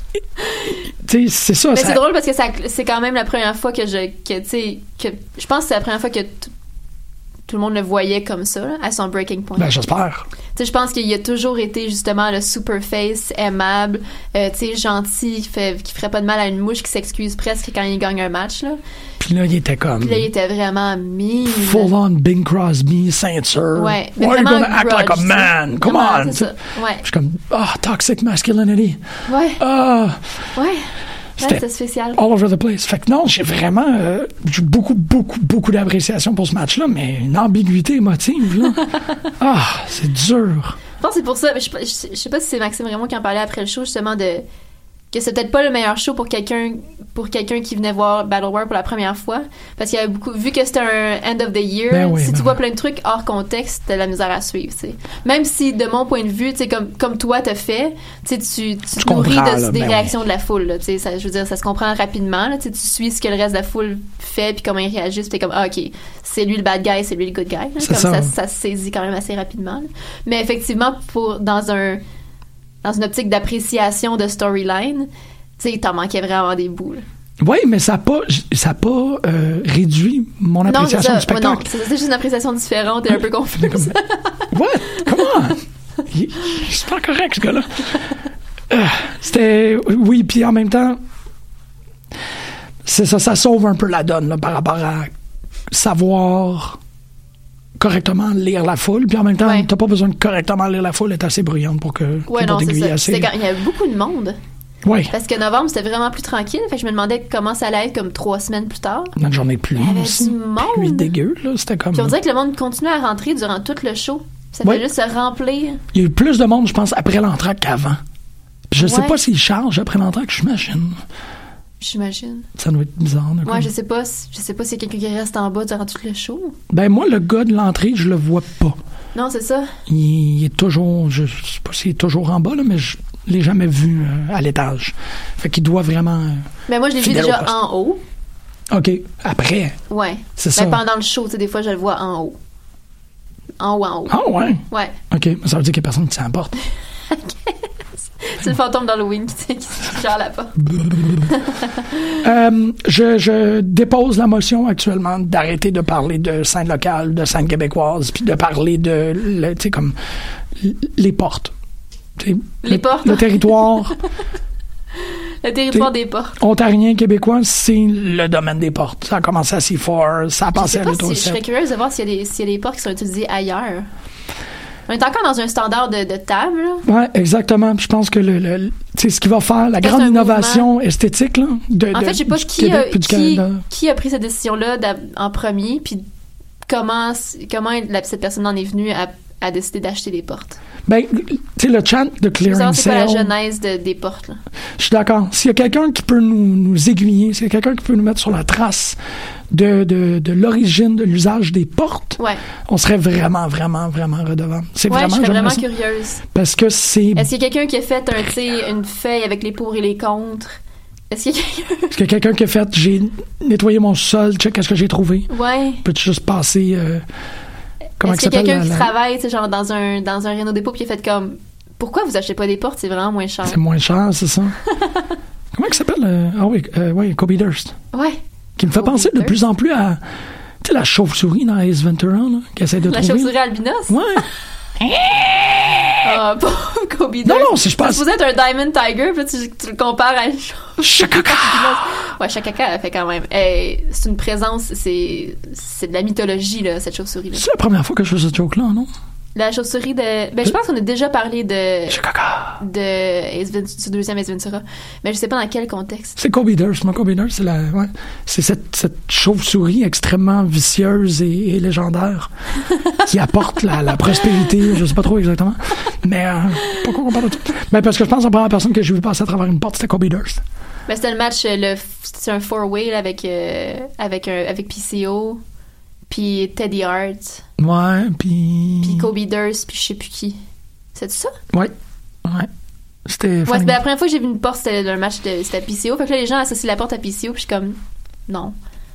E: tu sais, c'est ça.
F: Mais
E: ça-
F: c'est drôle parce que ça- c'est quand même la première fois que je que tu sais que je pense que c'est la première fois que t- tout le monde le voyait comme ça là, à son breaking point.
E: Ben, j'espère.
F: Tu sais, je pense qu'il a toujours été justement le super face aimable, euh, tu sais gentil, qui fait qui ferait pas de mal à une mouche, qui s'excuse presque quand il gagne un match là.
E: Puis là, il était comme
F: Puis là, il était vraiment mine.
E: full-on Bing Crosby, ceinture.
F: Ouais, mais
E: Why are you
F: vraiment
E: gonna act
F: grudge,
E: like a
F: tu sais.
E: man? Come
F: Vraiment,
E: on.
F: c'est ça. Ouais.
E: Je suis comme, ah, toxic masculinity.
F: Ouais.
E: Ah.
F: Ouais. Ouais,
E: C'était-
F: c'était spécial.
E: All over the place. Fait que non, j'ai vraiment euh, j'ai beaucoup, beaucoup, beaucoup d'appréciation pour ce match-là, mais une ambiguïté émotive, là. ah, c'est dur.
F: Je pense que c'est pour ça. Je, je- je sais pas si c'est Maxime Raymond qui en parlait après le show, justement, de que c'est peut-être pas le meilleur show pour quelqu'un pour quelqu'un qui venait voir Battle War pour la première fois. Parce qu'il y avait beaucoup. Vu que c'était un end of the year,
E: Ben oui,
F: si
E: ben
F: tu vois plein de trucs hors contexte, t'as de la misère à suivre. tu sais. Même si, de mon point de vue, tu sais, comme, comme toi t'as fait, tu, sais, tu, tu te
E: comprends,
F: nourris de-
E: là,
F: des
E: ben
F: réactions de la foule. là, tu sais, ça, je veux dire, ça se comprend rapidement. là, tu sais, tu suis ce que le reste de la foule fait puis comment ils réagissent. Puis t'es comme, ah, OK, c'est lui le bad guy, c'est lui le good guy. là.
E: C'est
F: comme
E: ça.
F: ça, ça se saisit quand même assez rapidement. là. Mais effectivement, pour, dans, un, dans une optique d'appréciation de storyline, tu sais, il t'en manquait vraiment des boules.
E: Oui, mais ça n'a pas, ça a pas euh, réduit mon
F: Non, c'est
E: appréciation du
F: ça. Ouais, non,
E: spectacle.
F: c'est c'est juste une appréciation différente et un peu confuse.
E: What? Comment? Il- C'est pas correct, ce gars-là. Euh, C'était. Oui, puis en même temps, c'est ça, ça sauve un peu la donne là, par rapport à savoir correctement lire la foule. Puis en même temps, t'as pas besoin de correctement lire la foule, elle est assez bruyante pour que
F: ouais,
E: que pour
F: non, c'est
E: t'aiguiller
F: ça.
E: assez.
F: C'était quand il y avait beaucoup de monde.
E: Ouais,
F: Parce que novembre, c'était vraiment plus tranquille. Fait que je me demandais comment ça allait être comme trois semaines plus tard.
E: notre journée de pluie
F: Il y avait
E: aussi.
F: du monde.
E: Pluie dégueu, là. C'était comme.
F: Puis on dirait que le monde continue à rentrer durant tout le show. Ça
E: Mhm. Ouais.
F: fait juste se remplir.
E: Il y a eu plus de monde, je pense, après l'entracte qu'avant. Je sais
F: Ouais.
E: pas s'ils chargent après l'entracte, j'imagine.
F: J'imagine.
E: Ça doit être bizarre. là,
F: Moi,
E: comme-
F: je sais pas, si- je sais pas s'il y a quelqu'un qui reste en bas durant tout le show.
E: Ben moi, le gars de l'entrée, je le vois pas.
F: Non, c'est ça.
E: Il, il est toujours, je sais pas s'il est toujours en bas, là, mais je l'ai jamais vu euh, à l'étage. Fait qu'il doit vraiment... euh,
F: Mais moi, je l'ai vu
E: fidèle au
F: déjà
E: poste.
F: en haut.
E: OK, après.
F: Ouais.
E: C'est
F: Mais
E: ça.
F: pendant le show, tu sais, des fois, je le vois en haut. En haut, en haut.
E: Ah ouais?
F: Ouais.
E: OK, mais ça veut dire qu'il y a personne qui s'emporte.
F: C'est le fantôme d'Halloween qui, tu sais, qui qui gère la porte.
E: Euh, je, je dépose la motion actuellement d'arrêter de parler de scène locale, de scène québécoise, puis de parler de, le- tu sais, comme l- les portes. Tu sais,
F: Les
E: le-
F: portes.
E: Le territoire
F: Le territoire des portes.
E: ontarien québécois, c'est le domaine des portes. Ça a commencé à C4, ça a
F: Je
E: passé
F: sais
E: à
F: pas si, je
E: l'auto-7.
F: serais curieuse de voir s'il y, a des- s'il y a des portes qui sont utilisées ailleurs. On est encore dans un standard de, de table, là.
E: Ouais, exactement. Puis Je pense que le, le- tu sais, ce qui va faire la
F: Parce
E: grande
F: que c'est un
E: innovation
F: mouvement.
E: esthétique là, de,
F: en
E: de-
F: fait, je sais pas
E: du
F: qui,
E: Québec
F: a,
E: puis du
F: qui,
E: Canada.
F: qui a pris cette décision-là d'a- en premier, puis comment, c- comment la- cette personne en est venue à, à décider d'acheter des portes.
E: Ben, tu sais, le chant de
F: Je veux
E: clearing
F: savoir c'est quoi la
E: sale.
F: genèse de- des portes. Là.
E: Je suis d'accord. S'il y a quelqu'un qui peut nous, nous aiguiller, s'il y a quelqu'un qui peut nous mettre sur la trace de, de, de l'origine de l'usage des portes,
F: Ouais.
E: on serait vraiment, vraiment, vraiment redevant. C'est
F: Ouais,
E: vraiment,
F: je serais
E: j'aimerais
F: vraiment
E: ça.
F: curieuse.
E: Parce que c'est
F: Est-ce qu'il y a quelqu'un qui a fait un, tu sais, une feuille avec les pour et les contre, Est-ce qu'il y a quelqu'un?
E: Est-ce que quelqu'un qui a fait j'ai nettoyé mon sol, check qu'est-ce que j'ai trouvé?
F: Ouais.
E: Peux-tu juste passer. euh, comment
F: Est-ce
E: que
F: qu'il
E: ça
F: y
E: s'appelle?
F: a quelqu'un qui
E: la- la-
F: travaille, tu sais, genre dans un, dans un Renault dépôt, puis il a fait comme Pourquoi vous achetez pas des portes C'est vraiment moins cher.
E: C'est moins cher, c'est ça? comment il s'appelle? euh, ah oui, euh, ouais, Kobe Durst.
F: Ouais.
E: Qui me fait penser de plus en plus à. Tu sais, la chauve-souris dans Ace Ventura, là, qui essaie de
F: La
E: trouver.
F: chauve-souris albinos
E: Ouais.
F: Ah, pauvre Kobe
E: Non,
F: Durst.
E: non, si je
F: Ça
E: pense-
F: se faisait être un Diamond Tiger, puis tu, tu le compares à une chauve-
E: Chakaka! Ah!
F: Ouais, Chakaka, elle fait quand même. Eh, c'est une présence, c'est c'est de la mythologie, là, cette chauve-souris-là.
E: C'est la première fois que je fais ce joke-là, non?
F: La chauve-souris de. Ben, je pense qu'on a déjà parlé de. De. Ace Ventura- du deuxième Ace Ventura. Mais je sais pas dans quel contexte.
E: C'est Kobe Durst. Moi, Kobe Durst, c'est la, ouais, c'est cette, cette chauve-souris extrêmement vicieuse et, et légendaire qui apporte la, la prospérité. Je sais pas trop exactement, mais euh, pourquoi on parle de ça Mais parce que je pense que la première personne que j'ai vu passer à travers une porte, c'était Kobe Durst.
F: Ben, c'était le match, euh, le, c'est un four-way là, avec, euh, avec, un, avec PCO, puis Teddy Hart,
E: Ouais, puis
F: puis Kobe Durst, puis je sais plus qui. C'est ça?
E: ouais, ouais, c'était.
F: Ouais,
E: Fanny-
F: ben, la première fois que j'ai vu une porte, c'était un match de c'était à PCO. Fait que là, les gens associent la porte à PCO, puis je suis comme, non.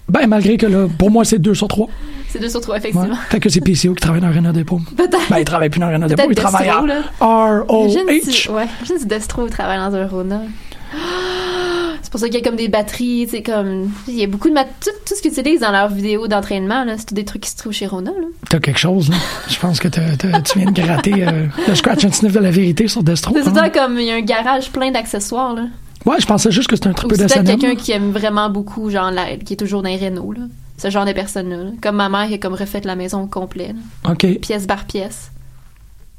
E: Ben malgré que là, pour moi, c'est deux sur trois.
F: C'est deux sur trois,
E: Ouais.
F: effectivement.
E: Fait que c'est PCO qui travaille dans Arena Dépôt.
F: Peut-être.
E: Ben il travaille plus dans Arena Dépôt,
F: Peut-être
E: il travaille
F: Destro,
E: à
F: là. Imagine
E: ROH.
F: si, ouais, imagine si Destro travaille dans un Rona. Ah, C'est pour ça qu'il y a comme des batteries, tu sais, comme. Il y a beaucoup de. mat- Tout, tout ce qu'ils utilisent dans leurs vidéos d'entraînement, là, c'est tout des trucs qui se trouvent chez Rona, là.
E: T'as quelque chose, là. Je pense que t'as- t'as- tu viens de gratter euh, le scratch and sniff de la vérité sur Destro.
F: C'est
E: hein.
F: tout comme il y a un garage plein d'accessoires, là.
E: Ouais, je pensais juste que c'était un
F: Ou
E: triple
F: c'est peut-être
E: d'SNM.
F: quelqu'un qui aime vraiment beaucoup, genre, la- qui est toujours dans les rénaux, là. Ce genre de personne là. Comme ma mère qui a comme refait la maison au complet, là.
E: OK.
F: Pièce par pièce.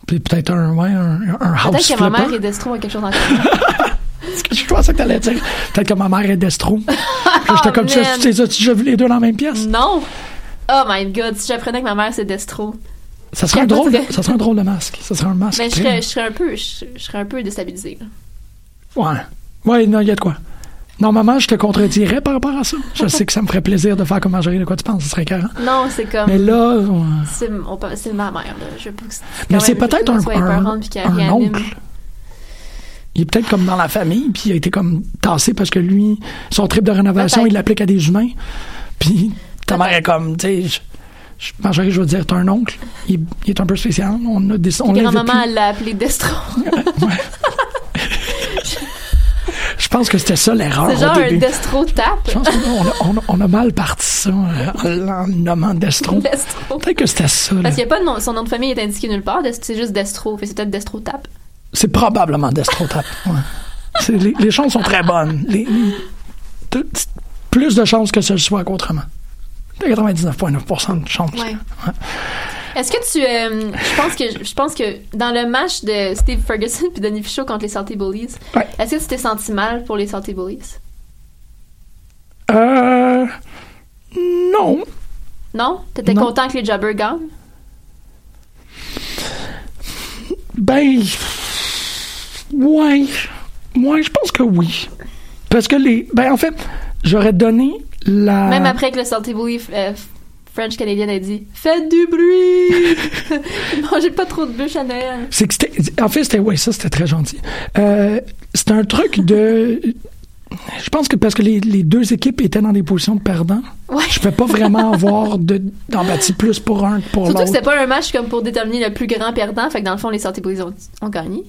E: Puis peut-être un, ouais, un, un house
F: Peut-être que
E: flipper.
F: ma mère et Destro ont quelque chose en commun.
E: Je pensais que t'allais dire. Peut-être que ma mère est Destro. Puis J'étais comme,
F: Oh,
E: tu
F: man. Mm.
E: les as déjà vu les deux dans la même pièce?
F: non! Oh my god, si j'apprenais que ma mère c'est Destro.
E: Ça serait, un
F: Capote
E: drôle,
F: que-
E: ça serait un drôle de masque. Ça serait un masque.
F: Mais Ben, je
E: très-
F: serais, je serais un peu, je, je serais un peu déstabilisée. là.
E: Ouais. Ouais, non, il y a de quoi. Normalement, je te contredirais par rapport à ça. Je sais que ça me ferait plaisir de faire comme Marjorie, de quoi tu penses, ce serait carré.
F: Non, c'est comme.
E: Mais là, ouais.
F: C'est on peut- c'est ma mère, là. Je veux pas que c'est- quand
E: mais
F: même,
E: c'est
F: je veux
E: peut-être
F: pas qu'elle
E: un,
F: soit
E: un-
F: épeurante puis qu'elle
E: un
F: réanime.
E: oncle. Il est peut-être comme dans la famille, puis il a été comme tassé parce que lui, son trip de rénovation,
F: Peut-être.
E: il l'applique à des humains. Puis ta mère est comme, tu sais, je- je- Marjorie, je veux dire, t'as un oncle. Il, il est un peu spécial. On a des, on l'invite
F: Puis grand-maman,
E: plus. Ah,
F: elle l'a appelé Destro.
E: Je pense que c'était ça l'erreur
F: c'est genre
E: au
F: un
E: début.
F: Destro tape.
E: Je pense qu'on a, on a- on a mal parti ça euh, en le nommant Destro.
F: Destro.
E: Peut-être que c'était ça. là.
F: Parce qu'il y a pas de nom- son nom de famille est indiqué nulle part. Dest- C'est juste Destro. Fait que c'est peut-être Destro tape.
E: C'est probablement Destro Tap. ouais. C'est- les, les chances sont très bonnes. Les- les- tout- plus de chances que ce soit qu'autrement. T'as 99,9% de chances.
F: Ouais. Est-ce que tu, euh, je pense que, je pense que dans le match de Steve Ferguson puis Denis Fichot contre les Salty Bullies, est-ce que tu t'es senti mal pour les Salty Bullies
E: Euh, non.
F: Non, t'étais
E: Non.
F: content que les Jobbers gagnent
E: Ben. Ouais. Ouais, je pense que oui. Parce que les. Ben, en fait, j'aurais donné la.
F: Même après que le Salty Bully euh, French Canadian a dit Faites du bruit Mangez pas trop de bûches à Noël.
E: C'est que c'était. En fait, c'était. Ouais, ça, c'était très gentil. Euh, c'était un truc de. Je pense que parce que les, les deux équipes étaient dans des positions de perdants, je ne peux pas vraiment avoir de- d'empathie plus pour un que pour
F: Surtout que
E: l'autre.
F: c'était pas un match comme pour déterminer le plus grand perdant, fait que dans le fond, les Salty Bullies ont, ont gagné.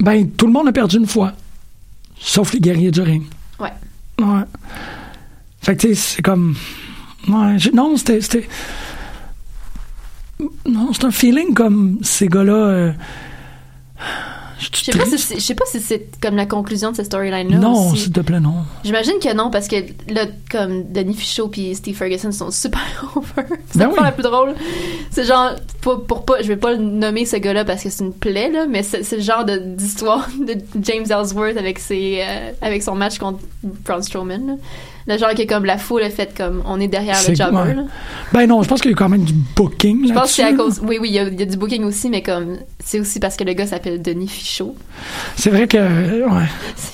E: Ben, tout le monde a perdu une fois, sauf les guerriers du ring.
F: Ouais.
E: Ouais. Fait que, tu sais, c'est comme. Ouais, j'ai- non, c'était. c'était- Non, c'est un feeling comme ces gars-là. euh,
F: Je sais pas si c'est- je sais pas si c'est comme la conclusion de cette storyline-là.
E: non,
F: aussi.
E: s'il te plaît, non.
F: J'imagine que non, parce que là, comme Denis Fichot puis Steve Ferguson sont super over. C'est
E: Ben
F: pas
E: oui.
F: la plus drôle. C'est genre, pour, pour pas, je vais pas le nommer ce gars-là parce que c'est une plaie, là, mais c'est c'est le genre de- d'histoire de, James Ellsworth avec, ses, euh, avec son match contre Braun Strowman. là. Le genre qui est comme la foule a fait comme on est derrière le
E: C'est-
F: jobber.
E: ouais.
F: là.
E: Ben non, je pense qu'il y a quand même du booking.
F: Je pense que c'est à
E: là-dessus,
F: cause. Oui, oui, il y, a- il y a du booking aussi, mais comme c'est aussi parce que le gars s'appelle Denis Fichot,
E: là. C'est vrai que. euh, Ouais.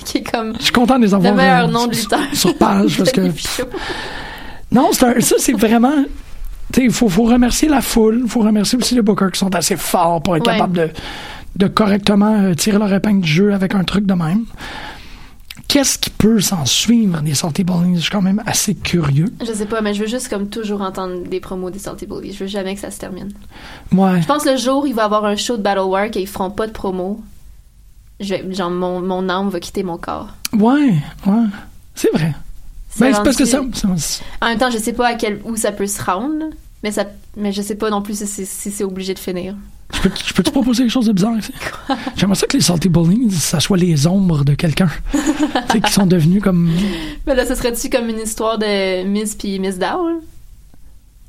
F: qui est comme
E: Je suis content de les avoir.
F: le meilleur
E: euh,
F: nom de
E: sur-
F: lutteur.
E: Sur page, parce que.
F: Denis Fichot.
E: Non, c'est un- ça, c'est vraiment. Tu sais, il faut, faut remercier la foule, il faut remercier aussi les bookers qui sont assez forts pour être
F: Ouais.
E: capables de, de correctement euh, tirer leur épingle du jeu avec un truc de même. Qu'est-ce qui peut s'en suivre des Salty Bowling? Je suis quand même assez curieux.
F: Je sais pas, mais je veux juste comme toujours entendre des promos des Salty Bullies. Je veux jamais que ça se termine.
E: Ouais.
F: Je pense le jour il va y avoir un show de Battle War et ils feront pas de promo. Je vais- genre mon, mon âme va quitter mon corps.
E: Ouais, ouais. C'est vrai.
F: C'est
E: Ben, c'est parce que ça.
F: rendu-
E: ça-
F: En même temps, je sais pas à quel où ça peut se rendre, mais ça mais je sais pas non plus si c'est si c'est obligé de finir.
E: Je peux, je peux te proposer quelque chose de bizarre ici? J'aimerais ça que les Salty Bullings, ça soit les ombres de quelqu'un. tu sais, qui sont devenus comme.
F: Mais là, ce serait-tu comme une histoire de Miss puis Miss Dow, hein?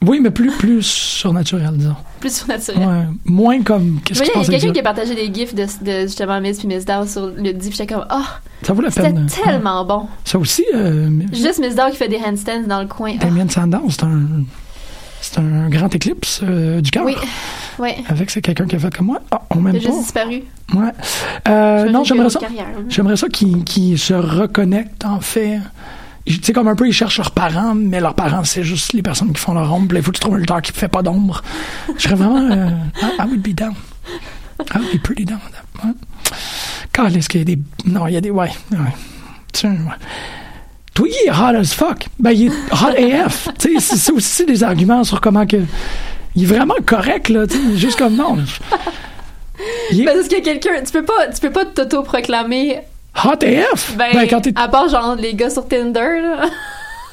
E: Oui, mais plus, plus surnaturel, disons.
F: plus surnaturel.
E: Ouais. Moins comme. Qu'est-ce
F: Mais
E: qui se
F: il y a
E: passe avec
F: quelqu'un qui
E: ça?
F: a partagé des gifs de, de justement Miss puis Miss Dow sur le diff, j'étais comme ah,
E: Ça vaut la
F: c'était
E: peine.
F: tellement bon.
E: Ça aussi, euh,
F: Juste Miss Dow qui fait des handstands dans le coin. Ah,
E: Damien Sandow, c'est un. C'est un grand éclipse euh, du cœur.
F: oui, ouais.
E: Avec c'est quelqu'un qui a fait comme moi. Ah, on m'aime
F: J'ai juste
E: pas.
F: disparu.
E: Ouais. Euh, non,
F: qu'il y
E: j'aimerais
F: a une
E: ça.
F: autre carrière.
E: J'aimerais ça qu'ils qu'ils se reconnectent, en fait. Tu sais, comme un peu, ils cherchent leurs parents, mais leurs parents, c'est juste les personnes qui font leur ombre. Là, Il faut que tu trouves un lutteur qui ne fait pas d'ombre. Je serais vraiment. euh, I, I would be down. I would be pretty down. with that. Ouais. God, est-ce qu'il y a des. Non, il y a des. Ouais. ouais. Tu sais, ouais. Toi, il est hot as fuck. Ben, il est hot AF. Tu sais, c'est- c'est aussi des arguments sur comment que. Il est vraiment correct, là. Tu sais, juste comme non. Il est-
F: Ben, parce que quelqu'un, tu peux pas, tu peux pas t'auto-proclamer.
E: Hot AF?
F: Ben,
E: Ben, quand t'es-
F: à part genre les gars sur Tinder, là.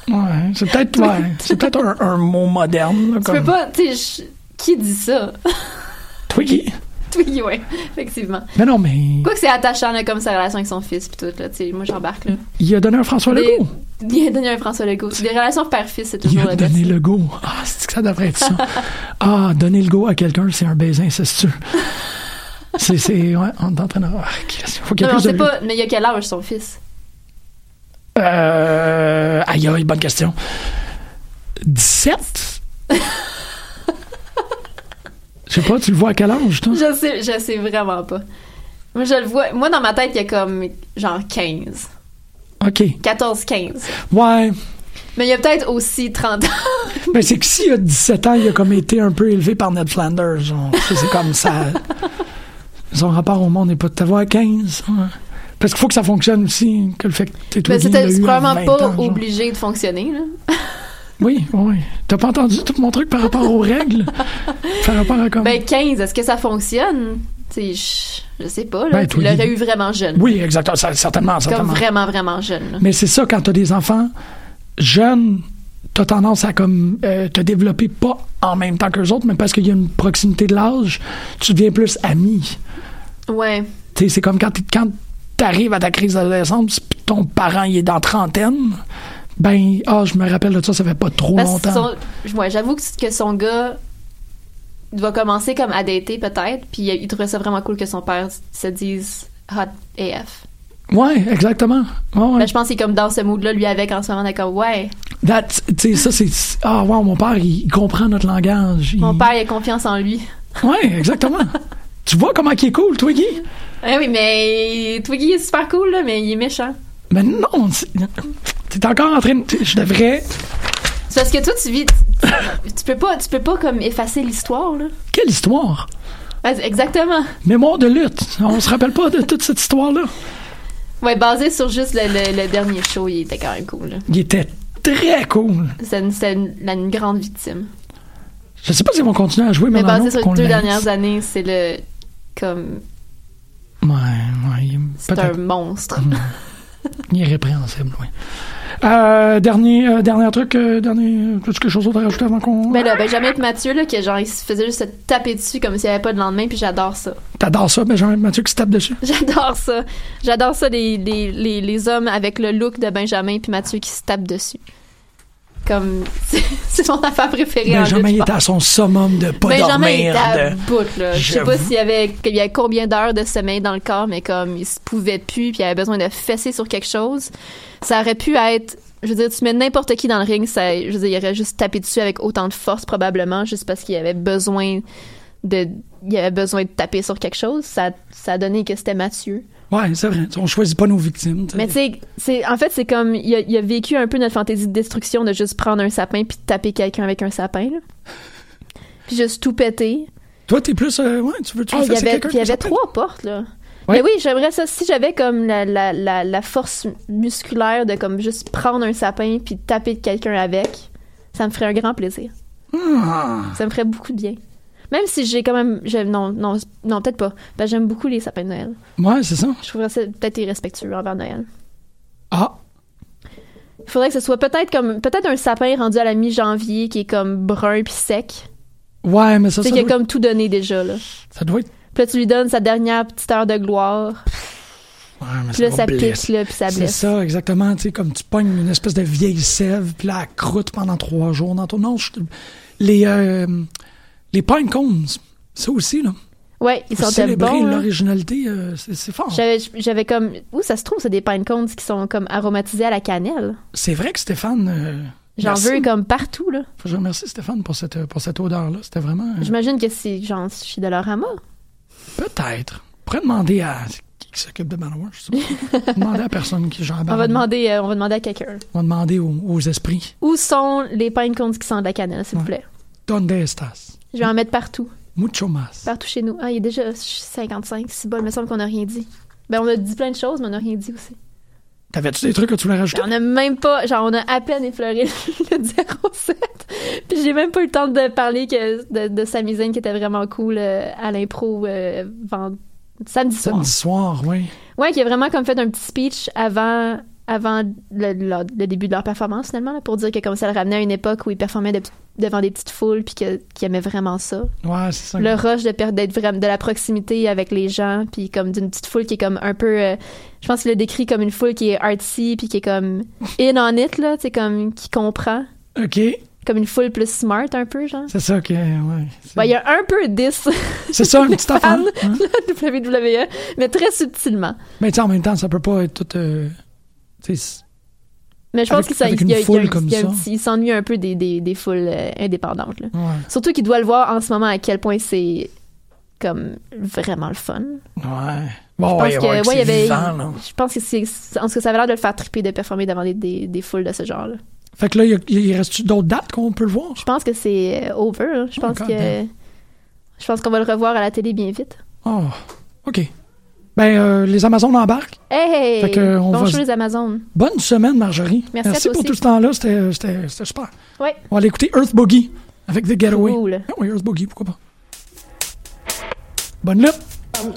E: Ouais, c'est peut-être ouais, c'est peut-être un, un mot moderne. là,
F: tu
E: comme
F: peux pas, tu sais, je- qui dit ça?
E: Twiggy.
F: oui, ouais, effectivement.
E: Mais non, mais
F: Quoi que c'est attachant, là, comme sa relation avec son fils, pis tout, là, tu sais, moi j'embarque, là.
E: il a donné un François
F: Des-
E: Legault.
F: Il a donné un François Legault. Des relations père-fils, c'est
E: Il
F: toujours
E: a
F: le best.
E: donné le go. Ah, c'est que ça devrait être ça. ah, donner le go à quelqu'un, c'est un baiser incestueux. C'est, c'est, ouais, on t'entraînera. Ah, Christ, faut qu'il y
F: Non,
E: ait
F: mais on
E: plus de
F: sait
E: lui.
F: pas, mais il y a quel âge son fils?
E: Euh, aïe, aïe, bonne question. 17? Je sais pas, tu le vois à quel âge, toi?
F: Je sais, je sais vraiment pas. Moi, je le vois, moi dans ma tête, il y a comme, genre 15.
E: OK.
F: 14, 15.
E: Ouais.
F: Mais il y a peut-être aussi 30 ans.
E: Mais c'est que s'il a 17 ans, il a comme été un peu élevé par Ned Flanders. genre. C'est c'est comme ça. Son rapport au monde n'est pas de t'avoir 15. ouais. Parce qu'il faut que ça fonctionne aussi, que le fait que t'es tout
F: Mais Ben, c'était c'est probablement pas
E: ans, genre.
F: obligé de fonctionner, là.
E: Oui, oui. T'as pas entendu tout mon truc par rapport aux règles? par rapport à comme...
F: Ben 15, est-ce que ça fonctionne? Tu sais, je- je sais pas, là.
E: Ben,
F: tu
E: toi,
F: l'aurais
E: il-
F: eu vraiment jeune.
E: oui, exactement. ça- Certainement,
F: Comme
E: certainement.
F: vraiment, vraiment jeune, là.
E: Mais c'est ça, quand t'as des enfants jeunes, t'as tendance à comme euh, te développer pas en même temps que les autres, mais parce qu'il y a une proximité de l'âge, tu deviens plus ami.
F: Ouais.
E: Tu sais, c'est comme quand tu arrives à ta crise d'adolescence, puis ton parent il est dans trentaine, ben, ah, je me rappelle de ça, ça fait pas trop
F: Parce que
E: longtemps.
F: son- ouais, j'avoue que, que son gars va commencer comme à dater peut-être, puis il trouvait ça vraiment cool que son père se dise hot AF.
E: Ouais, exactement. Ouais, ouais.
F: Mais je pense qu'il est comme dans ce mood-là, lui avec en ce moment, d'accord, ouais.
E: That- tu sais, ça, c'est. Ah, wow, mon père, il, il comprend notre langage. il-
F: Mon père, il a confiance en lui.
E: Ouais, exactement. tu vois comment il est cool, Twiggy?
F: Eh oui, mais Twiggy est super cool, là, mais il est méchant.
E: Mais non, c'est- t'es encore en train de. Je devrais.
F: C'est parce que toi, tu vis. Tu, tu peux pas, tu peux pas comme effacer l'histoire, là.
E: Quelle histoire!
F: Vas-y, Exactement.
E: Mémoire de lutte. On se rappelle pas de toute cette histoire-là.
F: Ouais, basé sur juste le, le- le dernier show, il était quand même cool. là.
E: Il était très cool.
F: C'était une, c'était une- la- une grande victime.
E: Je sais pas si ils vont continuer à jouer, mais,
F: Mais
E: maintenant
F: basé sur
E: qu'on
F: les deux
E: le laisse.
F: dernières années, c'est le. Comme.
E: Ouais, ouais, il-
F: C'est un
E: peut-être Mhm.
F: monstre.
E: irrépréhensible, oui. Euh, dernier, euh, dernier truc, euh, dernier, as-tu quelque chose d'autre à rajouter avant qu'on...
F: Mais là, Benjamin et Mathieu, là, que genre, il se faisait juste se taper dessus comme s'il n'y avait pas de lendemain, puis j'adore ça.
E: T'adores ça, Benjamin Mathieu qui se tape dessus.
F: J'adore ça. J'adore ça, les, les, les, les hommes avec le look de Benjamin puis Mathieu qui se tapent dessus. Comme. c'est- C'est mon affaire préférée en
E: Benjamin
F: lutte, je
E: il
F: pense.
E: était à son summum de pas
F: Benjamin
E: dormir.
F: était à
E: de-
F: bout, là. Je sais
E: J'avoue.
F: pas s'il y avait, qu'il y avait combien d'heures de sommeil dans le corps, mais comme il se pouvait plus, puis il avait besoin de fesser sur quelque chose, ça aurait pu être. Je veux dire, tu mets n'importe qui dans le ring, ça, je veux dire, il aurait juste tapé dessus avec autant de force probablement, juste parce qu'il avait besoin de, il avait besoin de taper sur quelque chose. Ça, ça a donné que c'était Mathieu.
E: Ouais, c'est vrai. On choisit pas nos victimes.
F: Mais tu sais, c'est- en fait, c'est comme il a, il a vécu un peu notre fantaisie de destruction de juste prendre un sapin puis de taper quelqu'un avec un sapin, là. puis juste tout péter.
E: Toi, t'es plus... euh, ouais, tu veux, tu veux
F: Hey, il y
E: fesser
F: avait,
E: quelqu'un
F: il y
E: comme ça?
F: avait trois portes, là. Mais oui, j'aimerais ça. Si j'avais comme la, la, la, la force musculaire de comme juste prendre un sapin puis taper de quelqu'un avec, ça me ferait un grand plaisir.
E: Ah.
F: Ça me ferait beaucoup de bien. Même si j'ai quand même. j'ai- Non, non, non peut-être pas. Ben, j'aime beaucoup les sapins de Noël.
E: Ouais, c'est ça.
F: Je trouverais ça peut-être irrespectueux envers Noël.
E: Ah.
F: Il faudrait que ce soit peut-être comme. Peut-être un sapin rendu à la mi-janvier qui est comme brun puis sec.
E: Ouais, mais
F: Tu
E: ça,
F: sais,
E: ça
F: qui a
E: doit,
F: comme tout donné déjà, là.
E: ça doit être.
F: Puis là, tu lui donnes sa dernière petite heure de gloire.
E: Ouais, mais
F: Puis là,
E: doit
F: ça pique,
E: blesser.
F: là, puis ça
E: C'est
F: blesse.
E: ça, exactement. Tu sais, comme tu pognes une espèce de vieille sève, puis là, elle croûte pendant trois jours dans ton. Non, je- les, euh, les pine cones, ça aussi, là.
F: Ouais, ils
E: Faut
F: sont
E: célébrer
F: bons. hein.
E: l'originalité, euh, c'est c'est fort.
F: J'avais j'avais comme. Où ça se trouve, c'est des pine cones qui sont comme aromatisés à la cannelle.
E: C'est vrai que Stéphane. euh,
F: J'en
E: merci.
F: veux comme partout, là.
E: Faut que je remercie Stéphane pour cette, euh, pour cette odeur-là. C'était vraiment. euh,
F: J'imagine que c'est genre chez Dolorama.
E: Peut-être. On pourrait demander à. Qui qui s'occupe de Manowar, je sais pas. On va demander à la personne qui gère
F: On va
E: Manowar.
F: demander, euh, on va demander à quelqu'un.
E: On va demander aux, aux esprits.
F: Où sont les pine cones qui sentent la cannelle, s'il vous plaît?
E: Donde estas?
F: Je vais en mettre partout.
E: Mucho más.
F: Partout chez nous. Ah, il est déjà 55. C'est bon, il me semble qu'on n'a rien dit. Ben, on a dit plein de choses, mais on n'a rien dit aussi.
E: T'avais-tu des trucs que tu voulais rajouter?
F: Genre, on a même pas, genre, on a à peine effleuré le 07. Puis j'ai même pas eu le temps de parler que de, de Sami Zayn qui était vraiment cool euh, à l'impro euh, vend- samedi soir.
E: Samedi soir, oui.
F: Ouais, qui a vraiment comme fait un petit speech avant avant le, le- le début de leur performance finalement là, pour dire que comme ça le ramenait à une époque où ils performaient de- devant des petites foules puis que- qu'ils aimaient vraiment ça.
E: Ouais, c'est ça.
F: Le rush de per- d'être vraiment de la proximité avec les gens puis comme d'une petite foule qui est comme un peu euh, je pense qu'il le décrit comme une foule qui est artsy puis qui est comme in on it là, c'est comme qui comprend
E: OK.
F: comme une foule plus smart un peu genre.
E: C'est ça que. Ouais.
F: Ben, il y a un peu 10
E: C'est ça, une petite affaire. hein?
F: WWE E, mais très subtilement.
E: Mais tu sais, en même temps, ça peut pas être tout. euh, tu sais, c'est-
F: Mais je pense
E: Avec-
F: qu'il s'en-
E: avec
F: il y a-
E: une
F: il y a-
E: foule comme
F: il y a un
E: ça.
F: petit- il s'ennuie un peu des, des, des foules euh, indépendantes. là.
E: Ouais.
F: Surtout qu'il doit le voir en ce moment à quel point c'est comme vraiment le fun.
E: Ouais. Bon,
F: je
E: ouais,
F: pense
E: ouais,
F: que, ouais, il y avait-
E: vivant, là.
F: je pense que c'est en tout cas ça avait l'air de le faire triper de performer devant des, des, des foules de ce genre. là
E: Fait que là, il y a- il reste-tu d'autres dates qu'on peut le voir?
F: Je pense que c'est euh, over. là.
E: Oh,
F: Je pense
E: God
F: que
E: damn.
F: je pense qu'on va le revoir à la télé bien vite.
E: Oh, OK. Ben, euh, les Amazones embarquent.
F: Hey,
E: Fait que, on
F: bon
E: va
F: show
E: se-
F: les Amazones.
E: Bonne semaine, Marjorie.
F: Merci à toi
E: pour
F: aussi.
E: tout ce temps-là. C'était euh, c'était- c'était super.
F: Ouais.
E: On va aller écouter Earth Boogie avec The Getaway.
F: Cool.
E: Ah oui, Earth Boogie, pourquoi pas. Bonne lutte.